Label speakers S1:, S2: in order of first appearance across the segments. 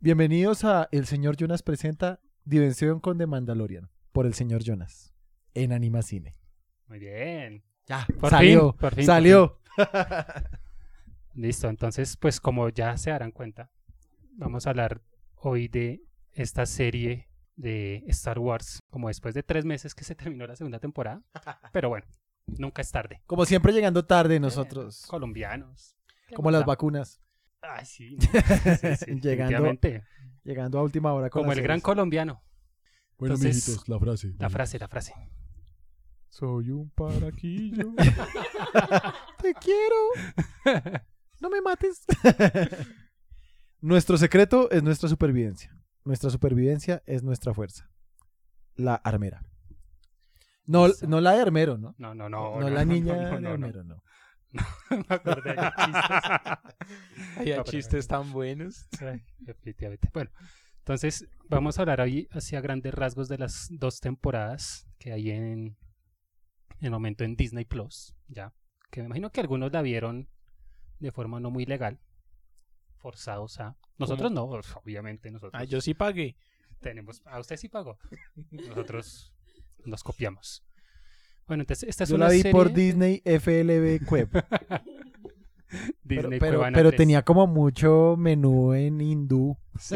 S1: Bienvenidos a El Señor Jonas presenta Dimensión con The Mandalorian por El Señor Jonas en Animacine.
S2: Muy bien.
S1: Ya,
S2: Por
S1: salió,
S2: fin, por fin,
S1: salió.
S2: Listo, entonces, pues como ya se darán cuenta, vamos a hablar hoy de esta serie de Star Wars, como después de tres meses que se terminó la segunda temporada, pero bueno, nunca es tarde. Eh,
S1: Como siempre llegando tarde nosotros,
S2: Colombianos.
S1: como las vacunas,
S2: Ay, sí. no. Sí, sí,
S1: Llegando
S2: definitivamente.
S1: llegando a última hora con
S2: Como
S1: las
S2: el gran
S1: series.
S2: colombiano.
S3: Bueno,
S2: Entonces,
S3: mijitos, la frase.
S2: La frase, la frase.
S3: Soy un paraquillo.
S1: Te quiero. No me mates. Nuestro secreto es nuestra supervivencia. Nuestra supervivencia es nuestra fuerza. La armera. No,
S2: Eso.
S1: no la de armero, ¿no?
S2: No, no, no.
S1: no, la niña
S2: no, no,
S1: de
S2: no, no.
S1: armero, no.
S2: Me acordé de chistes.
S4: Hay
S2: No, pero-
S4: chistes tan buenos.
S2: Ay, Definitivamente. Bueno, entonces vamos a hablar hoy hacia grandes rasgos de las dos temporadas que hay en el momento en Disney Plus, ya. Que me imagino que algunos la vieron de forma no muy legal, forzados a. Nosotros no, pues, obviamente nosotros
S4: Ah, yo sí pagué.
S2: tenemos. A usted sí pagó. Nosotros nos copiamos. Bueno, entonces esta es
S1: Yo
S2: una
S1: la vi
S2: serie
S1: por Disney FLB Cuep. pero
S2: Disney
S1: pero,
S2: Cuevana
S1: pero
S2: 3.
S1: tenía como mucho menú en hindú.
S2: Sí.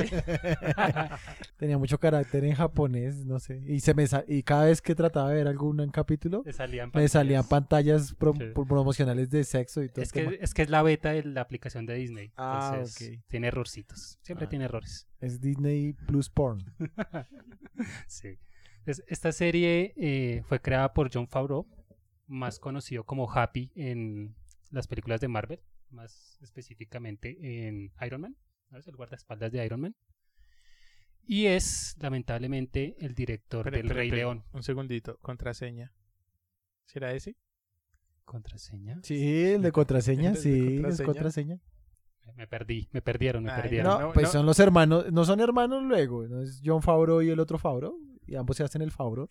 S1: Tenía mucho carácter en japonés, no sé. Y, se me sa- y cada vez que trataba de ver algún capítulo,
S2: Le salían
S1: me salían
S2: pantallas.
S1: pantallas pro-
S2: Sí.
S1: promocionales de sexo y todo. este
S2: Es
S1: el
S2: que,
S1: tema.
S2: es que es la beta de la aplicación de Disney.
S1: Ah,
S2: entonces
S1: ok.
S2: tiene errorcitos. Siempre
S1: Ah.
S2: tiene errores.
S1: Es Disney Plus Porn.
S2: Sí. Entonces, esta serie eh, fue creada por John Favreau, más conocido como Happy en las películas de Marvel, más específicamente en Iron Man. ¿no? Es el guardaespaldas de Iron Man. Y es, lamentablemente, el director
S4: Espere,
S2: del
S4: espere,
S2: Rey
S4: espere.
S2: León.
S4: Un segundito, contraseña. ¿Será ese?
S2: Contraseña.
S1: Sí, el de contraseña,
S4: ¿El de
S1: sí, es
S4: contraseña?
S1: contraseña.
S2: Me perdí, me perdieron, me
S4: Ay,
S2: perdieron.
S1: No,
S4: no,
S1: pues
S4: no.
S1: son los hermanos, no son hermanos luego, no es John Favreau y el otro Favreau, y ambos se hacen el Favreau.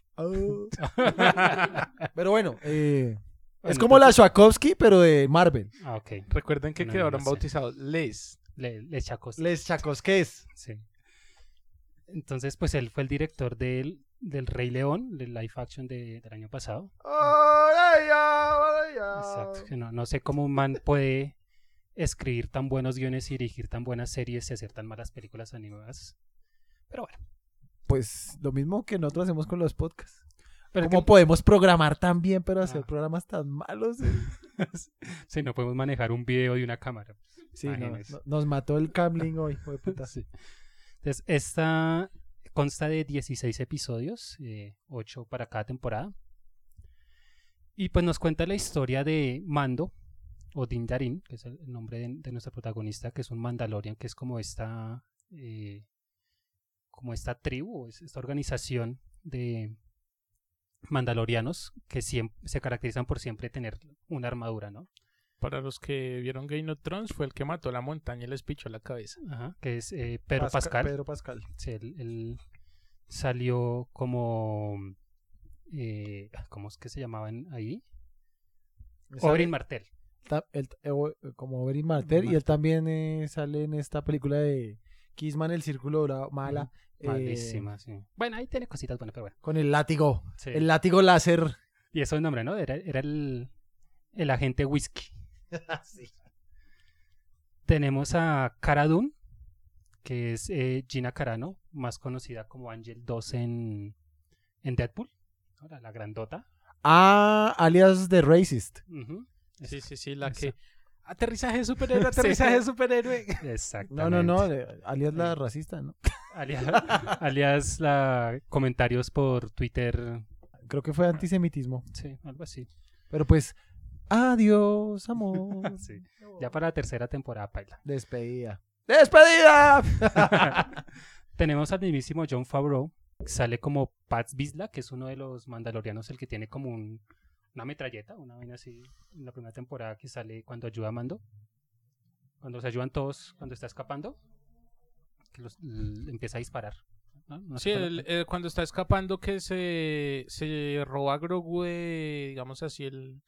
S1: Pero bueno, eh, es
S2: Bueno,
S1: como la Swakovsky, pero de Marvel.
S2: Ah, ok.
S4: Recuerden que
S2: No, no,
S4: quedaron
S2: no sé.
S4: bautizados Les.
S2: Le, le chacos.
S1: Les Chacosques.
S2: Sí. Entonces, pues él fue el director del, del Rey León, del live action de- del año pasado. Exacto. que No, no sé cómo un man puede escribir tan buenos guiones y dirigir tan buenas series y hacer tan malas películas animadas. Pero bueno.
S1: Pues lo mismo que nosotros hacemos con los podcasts.
S2: Pero es
S1: ¿Cómo podemos programar tan bien, pero hacer
S2: Ah.
S1: programas tan malos?
S2: que- sí, no podemos manejar un video de una cámara. pues.
S1: Sí, no,
S2: Imagínense.
S1: no- nos mató el Camlin hoy, hijo de puta.
S2: Sí. Entonces, esta consta de 16 episodios, 8 para cada temporada. Y pues nos cuenta la historia de Mando, o Din Djarin, que es el nombre de, de nuestro protagonista, que es un Mandalorian, que es como esta, eh, como esta tribu, es- esta organización de mandalorianos que siem- se caracterizan por siempre tener una armadura, ¿no?
S4: Para los que vieron Game of Thrones, fue el que mató la montaña y les pichó la cabeza.
S2: Ajá, que es eh, Pedro Pascal.
S1: Pedro Pascal.
S2: Sí, él, él salió como. eh, ¿Cómo es que se llamaban ahí? Oberyn Martel.
S1: Ta- él- eh, o- eh, como Oberyn Martel, y él
S2: Martel.
S1: también eh, sale en esta película de Kisman, el círculo dorado, mala, eh,
S2: Mm, Malísima, sí. Bueno, ahí tiene cositas buenas, pero bueno.
S1: con el látigo,
S2: Sí.
S1: el látigo láser.
S2: Y eso es nombre, ¿no? Era, era el, el agente Whisky.
S1: Ah,
S2: Tenemos a Cara Dune, que es eh, Gina Carano, más conocida como Angel 2 en, en Deadpool. ¿no? La, la grandota.
S1: Ah, alias de Racist.
S2: Ujú.
S4: Sí, sí, sí, la
S2: Esa.
S4: que. Aterrizaje de superhéroe, aterrizaje de superhéroe.
S1: No,
S2: Exactamente.
S1: no, no, de- alias la racista, ¿no?
S2: alias, alias la comentarios por Twitter,
S1: Creo que fue antisemitismo.
S2: sí, algo así.
S1: Pero pues, adiós, amor.
S2: Sí. Ya para la tercera temporada, Paila.
S1: Despedida. ¡Despedida!
S2: Tenemos al mismísimo John Favreau, que sale como Paz Vizla, que es uno de los mandalorianos, el que tiene como un, una metralleta, una vaina así, en la primera temporada que sale cuando ayuda a Mando. Cuando se ayudan todos, cuando está escapando, que los, l- empieza a disparar. ¿no? No
S4: Sí,
S2: sé cuál-
S4: el- eh, cuando está escapando que se, se roba a Grogu de, digamos así, el...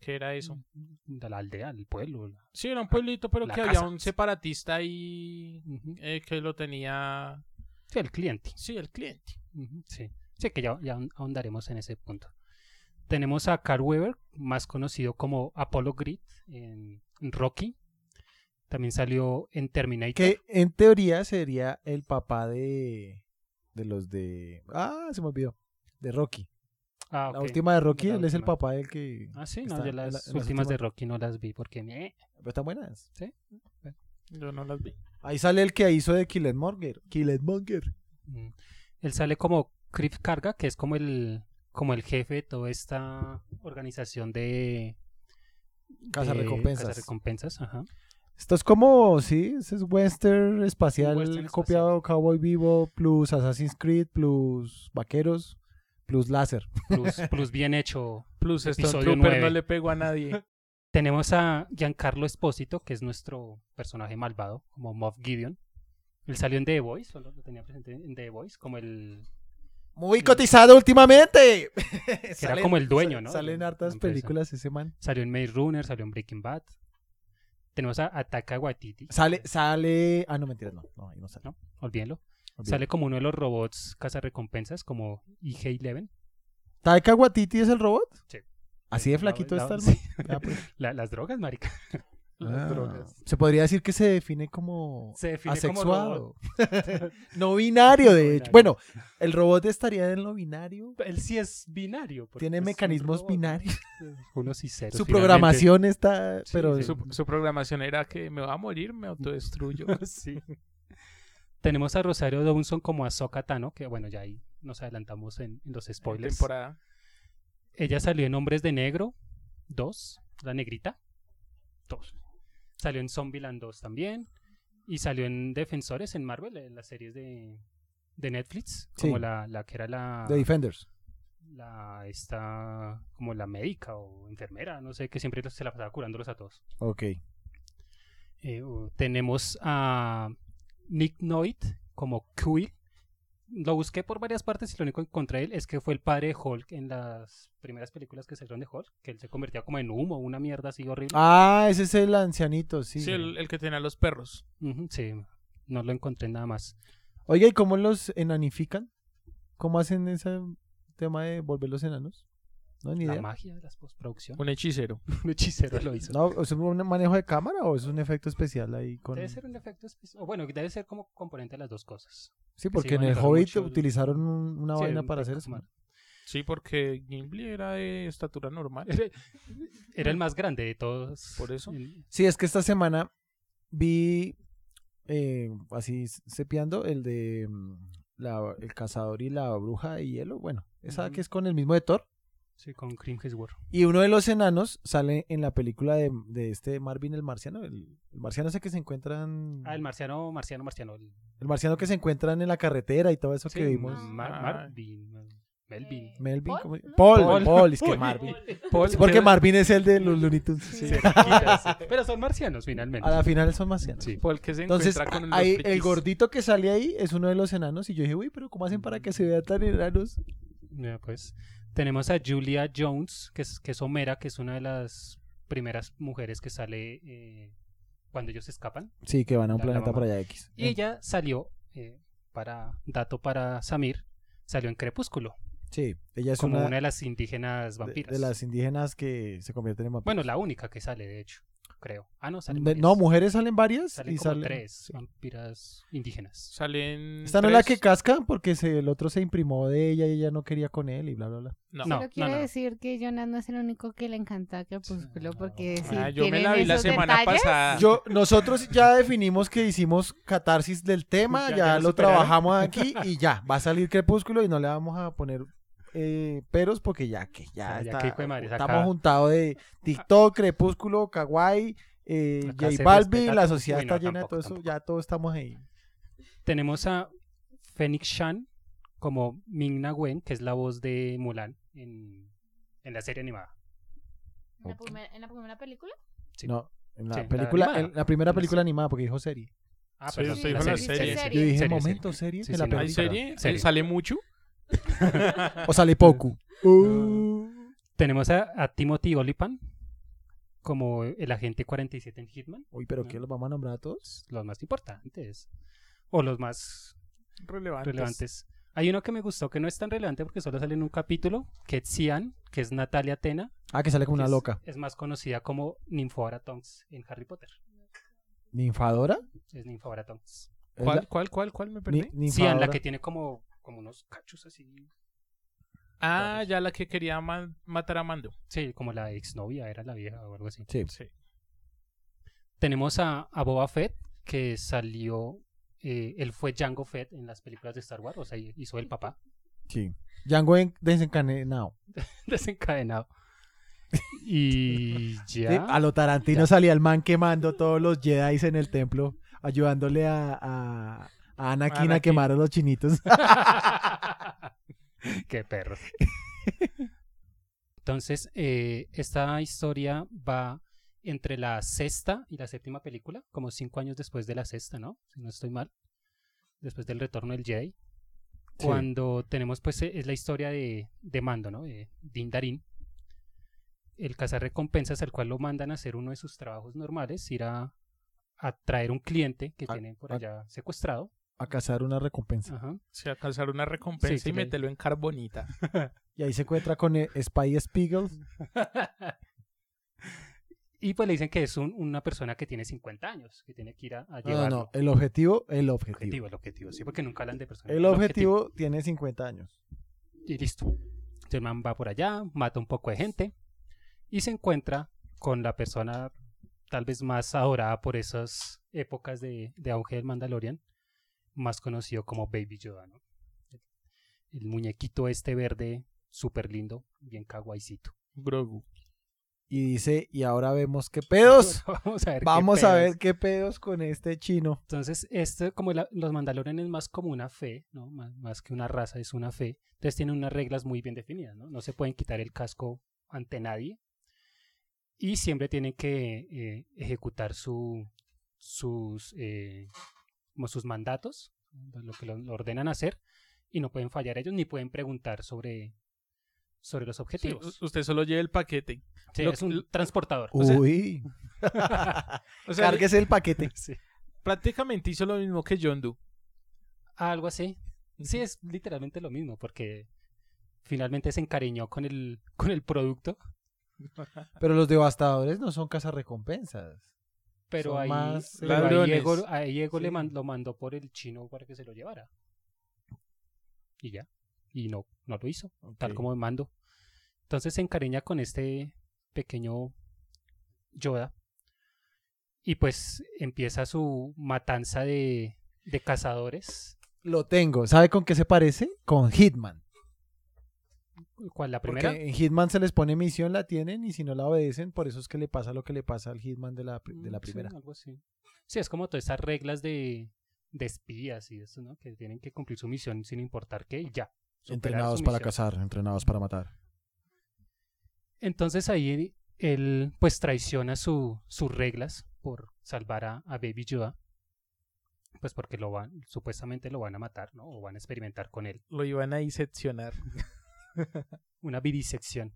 S4: ¿Qué era eso?
S2: de la aldea, el pueblo. la-
S4: Sí, era un pueblito, pero
S2: Mm. La
S4: que
S2: casa.
S4: había un separatista ahí
S2: Ujú.
S4: eh, que lo tenía...
S2: Sí, el cliente.
S4: Sí, el cliente.
S2: Ujú, Sí, sí que ya, ya ahon- ahondaremos en ese punto. Tenemos a Carl Weaver, más conocido como Apollo Grid en en Rocky. También salió en Terminator.
S1: Que en teoría sería el papá de. De los de. Ah, se me olvidó. De Rocky.
S2: Ah,
S1: La
S2: ok.
S1: última de Rocky,
S2: La
S1: él es el
S2: última.
S1: papá del que.
S2: Ah, sí,
S1: está
S2: no, yo
S1: en la- en
S2: las,
S1: las
S2: últimas,
S1: últimas.
S2: de Rocky no las vi porque me...
S1: Pero están buenas.
S4: Yo no las vi.
S1: Ahí sale el que hizo de Killet Monger. Killet Monger.
S2: Mm. Él sale como Crip Carga, que es como el, como el jefe de toda esta organización de... Eh,
S1: Cazarrecompensas.
S2: recompensas, ajá.
S1: Esto es como, sí, ese es western espacial
S4: Western espacial.
S1: copiado Cowboy Vivo plus Assassin's Creed plus Vaqueros plus Láser.
S2: Plus, plus bien hecho.
S4: Plus,
S2: Episodio
S4: Stone Trooper no
S2: nueve.
S4: le pegó a nadie.
S2: Tenemos a Giancarlo Espósito, que es nuestro personaje malvado, como Moff Gideon. Él salió en The Voice, solo lo tenía presente en The Voice, como el...
S1: Muy
S2: Sí.
S1: cotizado últimamente.
S2: Que era como el dueño, ¿no?
S1: Salen
S2: De la
S1: hartas
S2: empresa.
S1: películas ese man.
S2: Salió en Maze Runner, salió en Breaking Bad. Tenemos a Ataka Waititi.
S1: Sale, sale. Ah, no, mentiras, no. No, ahí no sale.
S2: No, olvídenlo.
S1: Olvídalo.
S2: Sale como uno de los robots cazarrecompensas, como IG-11.
S1: ¿Taika Waititi es el robot?
S2: Sí.
S1: Así de flaquito
S2: La-
S1: está el
S2: sí,
S1: man. Ah, pues.
S2: la- las drogas, marica.
S1: Ah, Se podría decir que se define como
S2: Se define como robot.
S1: asexuado. no binario,
S2: No
S1: de hecho.
S2: binario.
S1: Bueno, el robot estaría en lo binario.
S2: Él sí es binario. porque
S1: Tiene
S2: es un
S1: mecanismos
S2: robot, ¿no?
S1: binarios.
S2: Unos y ceros.
S1: Su
S2: finalmente.
S1: programación está. Pero
S2: sí.
S4: Su, su programación era que me va a morir, me autodestruyo.
S2: Sí. Tenemos a Rosario Dawson como a Tano, que bueno, ya ahí nos adelantamos en, en los spoilers.
S4: Temporada.
S2: Ella salió en Hombres de Negro 2, la negrita 2. Salió en Zombieland 2 también. Y salió en Defensores en Marvel, en las series de, de Netflix.
S1: Sí.
S2: Como la, la que era la.
S1: The Defenders.
S2: la esta, como la médica o enfermera, no sé, que siempre se la pasaba curándolos a todos.
S1: Ok.
S2: Eh, o- tenemos a Nick Noid como Quill. Lo busqué por varias partes y lo único que encontré de él es que fue el padre de Hulk en las primeras películas que salieron de Hulk, que él se convertía como en humo, una mierda así horrible.
S1: Ah, ese es el ancianito, sí.
S4: Sí, el, el que tenía los perros.
S2: Ujú, sí, no lo encontré nada más.
S1: Oiga, ¿y cómo los enanifican? ¿Cómo hacen ese tema de volverlos enanos? No, ni
S2: La
S1: idea.
S2: magia de las postproducciones.
S4: Un hechicero.
S2: Un hechicero lo hizo.
S1: No, ¿Es un manejo de cámara o es un efecto especial ahí con.?
S2: Debe ser un efecto especial. o Bueno, debe ser como componente de las dos cosas.
S1: Sí, porque en el
S2: manejaron
S1: Hobbit
S2: mucho el-
S1: utilizaron un- una
S2: Sí,
S1: vaina
S2: un
S1: para hacer
S2: efecto
S1: eso.
S2: como-
S4: Sí, porque Gimli era de estatura normal.
S2: Era, era el más grande de todos.
S4: Por eso.
S2: En-
S1: Sí, es que esta semana vi eh, así cepeando el de mm, la- el cazador y la bruja de hielo. Bueno, esa
S2: Ujú.
S1: que es con el mismo de Thor.
S2: Sí, con Cream Hemsworth.
S1: Y uno de los enanos sale en la película de, de este Marvin el marciano. El, el marciano ese que se encuentran.
S4: Mm.
S2: Ah, el marciano, marciano, marciano. el-
S1: el marciano que se encuentran en la carretera y todo eso
S2: sí,
S1: que vimos.
S2: Mar-
S4: Ah.
S2: Marvin, Mar- Melvin.
S1: Melvin,
S5: Paul,
S1: ¿cómo-
S5: ¿no?
S1: Paul,
S2: Paul.
S1: Paul, es que
S2: Uy.
S1: Marvin.
S2: Paul,
S1: Es porque
S2: pero-
S1: Marvin es el de los Looney Tunes.
S2: Sí, cerquita, sí. Pero son marcianos finalmente.
S1: A la final son marcianos.
S2: Sí.
S4: Porque se
S1: Entonces,
S4: encuentra con los
S1: ahí, el
S4: frikis.
S1: gordito que sale ahí es uno de los enanos. Y yo dije, uy, pero ¿cómo hacen para que se vean tan enanos?
S2: Ya, pues. Tenemos a Julia Jones, que es, que es Homera, que es una de las primeras mujeres que sale eh, cuando ellos escapan.
S1: Sí, que van a un
S2: La- la
S1: planeta
S2: mamá.
S1: para allá X.
S2: Y ella salió, eh, para dato para Samir, salió en Crepúsculo,
S1: Sí, ella es
S2: como
S1: una,
S2: una, de las indígenas
S1: de,
S2: vampiras.
S1: de las indígenas que se convierten en vampiros.
S2: Bueno, la única que sale, de hecho, creo. Ah, no, sale.
S1: De- no,
S2: mujeres.
S1: mujeres salen varias
S2: Salen
S1: y
S2: como
S1: salen.
S2: tres
S1: sí.
S2: vampiras indígenas.
S4: Salen.
S1: Esta no es la que
S4: tres.
S1: casca porque se- el otro se imprimó de ella y ella no quería con él y bla, bla, bla.
S4: No.
S2: No.
S5: Pero quiero decir que Jonas no es el único que le encantaba Crepúsculo porque si
S4: Ah, yo me
S5: tienen
S4: la vi la
S5: esos
S4: semana
S5: detalles,
S4: pasada.
S1: Yo, nosotros ya definimos que hicimos catarsis del tema, ya,
S4: Ya- ya lo
S1: lo
S4: superaron.
S1: trabajamos aquí y ya, va a salir Crepúsculo y no le vamos a poner eh, peros porque ya que ya,
S2: Ah, ya
S1: está-
S2: que hijo de madre,
S1: estamos
S2: acá-
S1: juntados de TikTok, Crepúsculo, Kawaii, eh,
S2: Acá
S1: J
S2: se
S1: Balvin,
S2: respeta
S1: la
S2: todo.
S1: sociedad
S2: Uy,
S1: está
S2: no,
S1: llena de
S2: tampoco,
S1: todo eso,
S2: tampoco.
S1: ya todos estamos ahí.
S2: Tenemos a Phoenix Shan como Ming Na Wen, que es la voz de Mulan en en la serie animada.
S5: ¿En la,
S6: Ok.
S5: primer- en la primera película?
S2: Sí.
S1: No, en la
S2: Sí, la
S1: película,
S2: animada.
S1: en la primera película animada, porque dijo serie.
S2: Ah,
S4: Sí,
S2: perdón,
S4: usted dijo la serie.
S1: Yo dije,
S2: Serie,
S1: momento, serie,
S2: Sí,
S1: de
S2: sí,
S1: la
S2: no.
S4: ¿Hay
S1: película.
S4: serie?
S2: Serie.
S4: ¿Sale mucho?
S1: O sale Poku. Uh.
S2: Tenemos a, a Timothy Oliphant como el agente 47 en Hitman,
S1: Uy, pero ¿qué los vamos a nombrar a todos?
S2: los más importantes o los más
S4: Relevante.
S2: relevantes. Hay uno que me gustó que no es tan relevante porque solo sale en un capítulo, que es Cian, que es Natalia Tena,
S1: Ah, que sale como
S2: que
S1: una
S2: es-
S1: loca.
S2: Es, más conocida como Ninfora Tonks en Harry Potter.
S1: ¿Ninfadora?
S2: Es Ninfora Tonks.
S1: ¿Es
S4: ¿Cuál,
S1: la-
S4: cuál, cuál, cuál me
S1: ni-
S4: perdí?
S2: Cian, la
S1: ninfadora?
S2: que tiene como, como unos cachos así.
S4: Ah, ya la que quería ma- matar a Mando.
S2: Sí, como la exnovia, era la vieja o algo así.
S1: Sí.
S4: Sí.
S2: Tenemos a, a Boba Fett, que salió. eh, él fue Django Fett en las películas de Star Wars, o sea, hizo el papá
S1: Sí. Django en- desencadenado.
S2: desencadenado. Y
S1: Sí,
S2: ya.
S1: A lo Tarantino
S2: Ya.
S1: salía el man quemando todos los Jedi en el templo, ayudándole a, a, a Anakin, a
S4: Anakin.
S1: quemar a los chinitos.
S2: Qué perro. Entonces, eh, esta historia va entre la sexta y la séptima película, como cinco años después de la sexta, ¿no? Si no estoy mal. Después del retorno del Jedi.
S1: Sí.
S2: Cuando tenemos, pues, eh, es la historia de, de Mando, ¿no? De Din Darin. El cazarrecompensas al cual lo mandan a hacer uno de sus trabajos normales, ir a, a traer un cliente que
S1: A-
S2: tienen por
S1: a-
S2: allá secuestrado.
S1: A cazar una recompensa.
S2: Ajá.
S4: O sea, alcanzar una recompensa
S2: Sí, que
S4: y
S2: le-
S4: mételo en carbonita.
S1: Y ahí se encuentra con eh, Spy Spiegel.
S2: Y pues le dicen que es un- una persona que tiene 50 años, que tiene que ir a, a
S1: No, no,
S2: llevarlo.
S1: Ah, no. El objetivo, el objetivo.
S2: objetivo, el objetivo, sí, porque nunca hablan de persona.
S1: El objetivo, tiene 50 años.
S2: Y listo. Entonces, el man va por allá, mata un poco de gente y se encuentra con la persona tal vez más adorada por esas épocas de, de auge del Mandalorian, más conocido como Baby Yoda, ¿no? El muñequito este verde, súper lindo, bien kawaisito.
S4: Grogu.
S1: Y dice, y ahora vemos qué pedos.
S2: Vamos a ver. qué
S1: Vamos a
S2: pedos.
S1: ver qué pedos con este chino.
S2: Entonces, este, como la- los mandalorianos es más como una fe, ¿no? Más, más que una raza, es una fe. Entonces tienen unas reglas muy bien definidas, ¿no? No se pueden quitar el casco ante nadie. Y siempre tienen que eh, ejecutar su, sus, eh, como sus mandatos, lo que lo, lo ordenan hacer, y no pueden fallar ellos ni pueden preguntar sobre, sobre los
S4: Sí,
S2: objetivos.
S4: u- usted solo lleva el paquete.
S2: Sí,
S4: lo-
S2: es un
S4: lo-
S2: transportador.
S4: O sea-
S1: Uy.
S4: O sea,
S1: Cárguese el paquete.
S2: Sí.
S4: prácticamente hizo lo mismo que Yondu.
S2: Ah, Algo así. Sí, es literalmente lo mismo, porque finalmente se encariñó con el, con el producto,
S1: Pero los devastadores no son cazarrecompensas.
S2: pero
S1: Son
S2: ahí,
S1: más eh,
S2: pero ahí
S4: ladrones.
S2: Diego, a Diego le
S1: Sí.
S2: man- lo mandó por el chino para que se lo llevara. Y ya. Y no, no lo hizo, tal
S1: Ok.
S2: como me mando. Entonces se encariña con este pequeño Yoda. Y pues empieza su matanza de, de cazadores.
S1: Lo tengo. ¿Sabe con qué se parece? Con Hitman.
S2: ¿Cuál la
S1: Porque
S2: primera?
S1: en Hitman se les pone misión, la tienen y si no la obedecen, por eso es que le pasa lo que le pasa al Hitman de la, pri- de la
S2: Mm, sí,
S1: primera.
S2: algo así. Sí, es como todas esas reglas de, de espías y eso, ¿no? Que tienen que cumplir su misión sin importar qué y ya. superar
S1: entrenados
S2: su
S1: para
S2: misión.
S1: cazar, entrenados para matar.
S2: Entonces ahí él pues traiciona su, sus reglas por salvar a, a Baby Yoda. Pues porque lo van, supuestamente lo van a matar, ¿no? O van a experimentar con él.
S4: Lo iban a diseccionar.
S2: Una bidisección.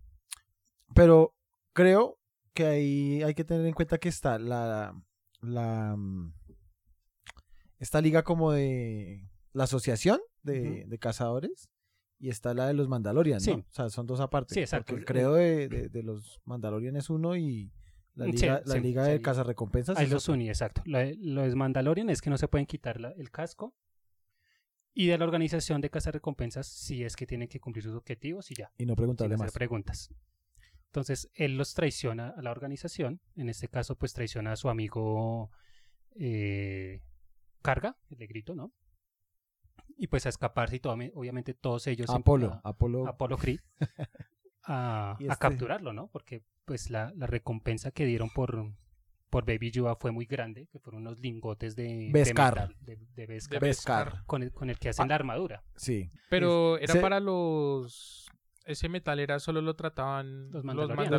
S1: Pero creo que ahí hay que tener en cuenta que está la. la mm, esta liga como de. La asociación de, de cazadores y está la de los Mandalorian,
S2: Sí.
S1: ¿no? O sea, son dos aparte.
S2: Sí, exacto.
S1: Porque el credo de, de- de los Mandalorian es uno y la
S2: Sí,
S1: liga, la
S2: sí,
S1: liga
S2: sí,
S1: de
S2: ahí-
S1: cazarrecompensas
S2: Ahí
S1: es
S2: los
S1: otro.
S2: uní, exacto. Lo, lo de Mandalorian es que no se pueden quitar la- el casco. Y de la organización de cazarrecompensas, si es que tienen que cumplir sus objetivos y ya.
S1: Y no preguntarle
S2: sin hacer
S1: más.
S2: preguntas. Entonces, él los traiciona a la organización. En este caso, pues traiciona a su amigo eh, Carga, el de grito, ¿no? Y pues a escaparse y todo- obviamente todos ellos...
S1: Apolo,
S2: a-
S1: Apolo.
S2: a Apolo Creed a,
S1: Y
S2: a
S1: este-
S2: capturarlo, ¿no? Porque pues la, la recompensa que dieron por, por Baby Yoda fue muy grande, que fueron unos lingotes de...
S1: Beskar.
S2: De, metal, de- de Beskar,
S1: Beskar. Ah.
S2: Con, el, con el que hacen la armadura.
S1: Sí.
S4: Pero era
S1: Se-
S4: para los ese metal era solo lo trataban
S2: Los
S4: los
S2: mandalorianos.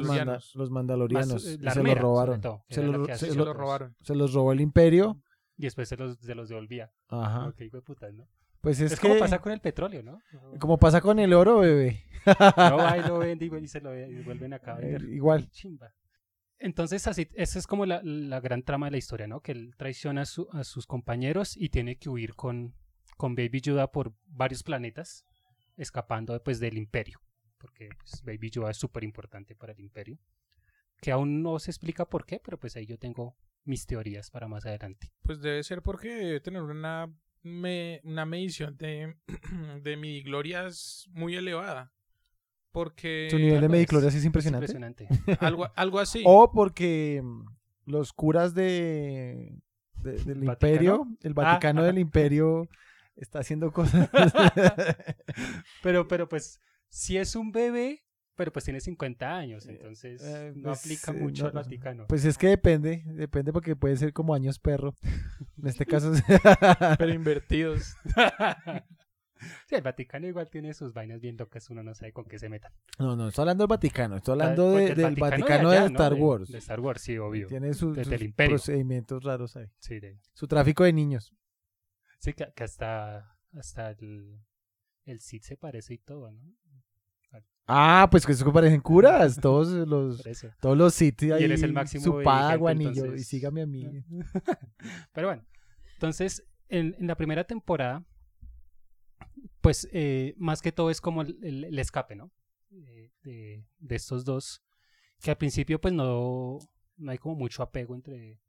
S1: Los, manda-
S4: mandalorianos.
S1: los mandalorianos.
S2: Más, eh,
S1: y
S2: la
S1: se
S2: armera,
S1: los
S2: sobre
S1: robaron.
S2: todo,
S1: se,
S2: era
S1: los,
S2: la que
S1: se
S2: hacía
S4: Se
S1: los-
S4: lo robaron.
S1: se los robó el imperio.
S2: Y después se los, se los devolvía.
S1: Ajá.
S2: Ok, hijo de puta, ¿no?
S1: Pues es,
S2: Es,
S1: que,
S2: como pasa con el petróleo, ¿no?
S1: como pasa con el oro, bebé.
S2: No va y lo vende y vuelve- y se lo y vuelven acá a
S1: Eh,
S2: vender.
S1: Igual.
S2: Chimba. Entonces, así, esa es como la, la gran trama de la historia, ¿no? Que él traiciona a, su- a sus compañeros y tiene que huir con, con Baby Yoda por varios planetas, escapando pues, del imperio, porque pues, Baby Yoda es súper importante para el imperio, que aún no se explica por qué, pero pues ahí yo tengo mis teorías para más adelante.
S4: Pues debe ser porque debe tener una, me- una medición de, de mi glorias muy elevada. Porque
S1: Su nivel Oh,
S2: tal
S1: de
S2: vez.
S1: mediclorías es
S2: Es
S1: impresionante.
S2: impresionante.
S4: algo, algo así.
S1: O porque mm, los curas de, de- del
S2: ¿Vaticano? Ah.
S1: imperio, el Vaticano
S2: ajá.
S1: del imperio, está haciendo cosas.
S2: Pero, pero pues, si es un bebé, pero pues tiene 50 años,
S1: Eh,
S2: entonces
S1: eh,
S2: no
S1: pues,
S2: aplica
S1: eh,
S2: mucho
S1: no,
S2: al Vaticano.
S1: pues es que depende, depende porque puede ser como años perro. En este caso, es-
S4: pero invertidos.
S2: Sí, el Vaticano igual tiene sus vainas bien locas, uno no sabe con qué se Pues, metan.
S1: no, no, estoy hablando del Vaticano, estoy hablando
S2: Porque
S1: de-
S2: el
S1: del Vaticano de,
S2: allá, ¿no?
S1: Star Wars.
S2: De Star Wars, sí, obvio.
S1: Tiene sus,
S2: Desde
S1: sus
S2: el imperio.
S1: procedimientos raros ahí.
S2: Sí, de-
S1: Su tráfico de niños.
S2: sí, que, que hasta, hasta el, el Cid se parece y todo, ¿no?
S1: Ah, pues que eso parecen curas, todos los
S2: Por eso.
S1: todos los sitios ahí.
S2: Y él es el máximo
S1: su
S2: dirigente,
S1: padawan y yo, y
S2: entonces.
S1: sígame a mí.
S2: Pero bueno, entonces, en, en la primera temporada, pues eh, más que todo es como el, el- el escape, ¿no? Eh, de, de estos dos, que al principio pues no, no hay como mucho apego entre,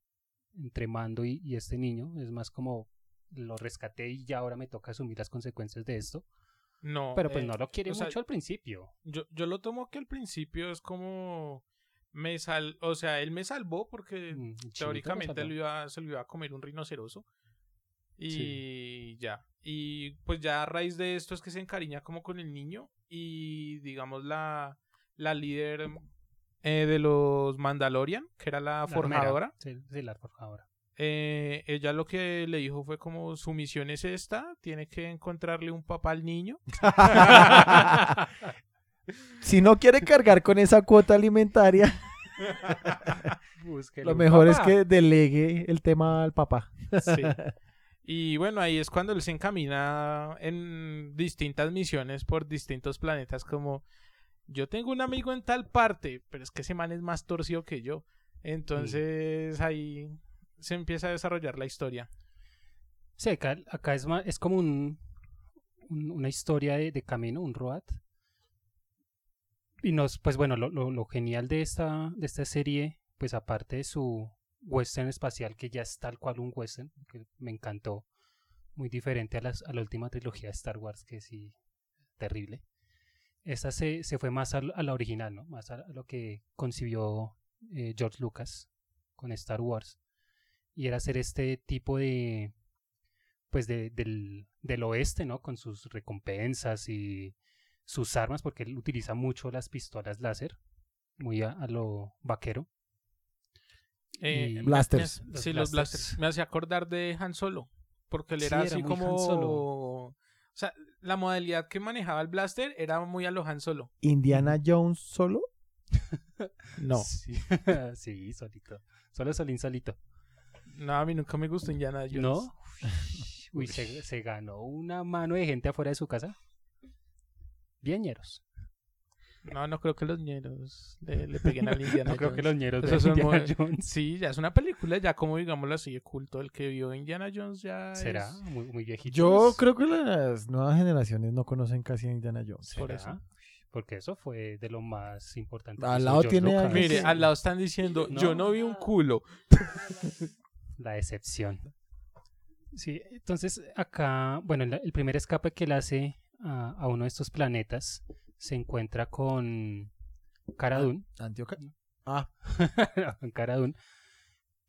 S2: entre Mando y, y este niño, es más como lo rescaté y ya ahora me toca asumir las consecuencias de esto,
S4: No.
S2: pero pues
S4: eh,
S2: no lo quiere
S4: o sea,
S2: mucho al principio.
S4: Yo, yo lo tomo que al principio es como. Me sal, o sea, él me salvó porque
S2: Mm, el chinito lo
S4: teóricamente
S2: salvó.
S4: lo iba, se lo iba a comer un rinoceroso. Y
S2: Sí.
S4: ya. Y pues ya a raíz de esto es que se encariña como con el niño. Y digamos la, la líder eh, de los Mandalorian, que era la,
S2: La armera.
S4: forjadora.
S2: Sí, sí, la forjadora.
S4: eh, ella lo que le dijo fue como su misión es esta, tiene que encontrarle un papá al niño.
S1: si no quiere cargar con esa cuota alimentaria,
S2: Búsquele
S1: lo
S2: un
S1: mejor
S2: papá.
S1: es que delegue el tema al papá.
S4: Sí. Y bueno, ahí es cuando él se encamina en distintas misiones por distintos planetas, como yo tengo un amigo en tal parte, pero es que ese man es más torcido que yo. Entonces ahí se empieza a desarrollar la historia.
S2: Sí, acá, acá es, ma- es como un, un- una historia de, de camino, un road. Y nos, pues bueno, lo, lo- lo genial de esta, de esta serie, pues aparte de su western espacial, que ya es tal cual un western, que me encantó, muy diferente a, las, a la última trilogía de Star Wars, que sí, terrible. Esta se, se fue más al- a, la original, ¿no? Más a, a lo que concibió eh, George Lucas con Star Wars. Y era hacer este tipo de, pues de- del, del oeste, ¿no? Con sus recompensas y sus armas, porque él utiliza mucho las pistolas láser, muy a, a lo vaquero.
S4: Eh,
S2: Y-
S4: me-
S1: Blasters.
S4: me-
S2: Los
S4: sí,
S2: blasters.
S4: los blasters. Me hacía acordar de Han Solo, porque él
S2: Sí,
S4: era
S2: era
S4: así
S2: muy Han Solo.
S4: como... O sea, la modalidad que manejaba el blaster era muy a lo Han Solo.
S1: Indiana Jones solo? No.
S2: Sí, sí, solito. Solo Solín solito.
S4: No, a mí nunca me gustó Indiana Jones.
S2: ¿No? Uy, se, se ganó una mano de gente afuera de su casa. Bien ñeros.
S4: No, no creo que los ñeros le, le peguen al Indiana
S2: No creo
S4: Jones.
S2: que los ñeros
S4: Esos
S2: de
S4: son
S2: Indiana
S4: muy-
S2: Jones.
S4: Sí, ya es una película, ya como digámoslo así, de culto. El que vio Indiana Jones ya.
S2: ¿Será?
S4: es-
S2: Muy, muy viejitos.
S1: Yo creo que las nuevas generaciones no conocen casi a Indiana Jones.
S2: ¿Será?
S4: por eso.
S2: Porque eso fue de lo más importante.
S1: Al
S2: que hizo
S1: lado
S2: George
S1: tiene
S2: Lucas.
S1: algo
S4: Mire,
S1: Sí.
S4: al lado están diciendo,
S2: Ah, No.
S4: yo no vi un culo.
S2: La decepción. Sí, entonces acá, bueno, el, el primer escape que él hace a, a uno de estos planetas se encuentra con Cara Dune,
S1: Antioca. Ah,
S2: con Cara Dune,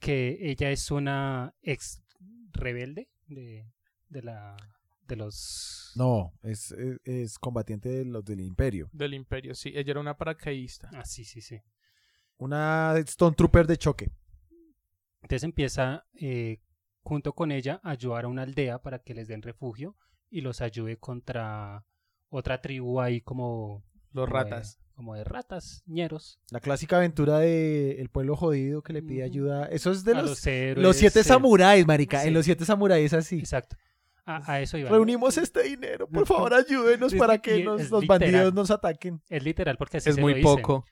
S2: que ella es una ex rebelde de, de la de los
S1: no, es, es, es combatiente de los del imperio.
S4: Del Imperio, sí, ella era una paracaidista.
S2: Ah, sí, sí, sí.
S1: Una Stone Trooper de choque.
S2: Entonces empieza eh, junto con ella a ayudar a una aldea para que les den refugio y los ayude contra otra tribu ahí como como
S4: Los
S2: de-
S4: ratas.
S2: como de ratas, ñeros.
S1: La clásica aventura de el pueblo jodido que le pide
S2: Ujú.
S1: ayuda. Eso es de
S2: a
S1: los,
S2: los, héroes,
S1: los siete
S2: eh,
S1: samuráis, marica.
S2: Sí.
S1: En los siete samuráis así.
S2: Exacto. A, a eso iba.
S1: Reunimos este dinero, por favor, ayúdenos
S2: Es
S1: para
S2: li-
S1: que
S2: y
S1: nos-
S2: es
S1: los
S2: literal.
S1: bandidos nos ataquen.
S2: Es literal porque así
S4: Es
S2: se lo
S4: muy
S2: dicen.
S4: poco.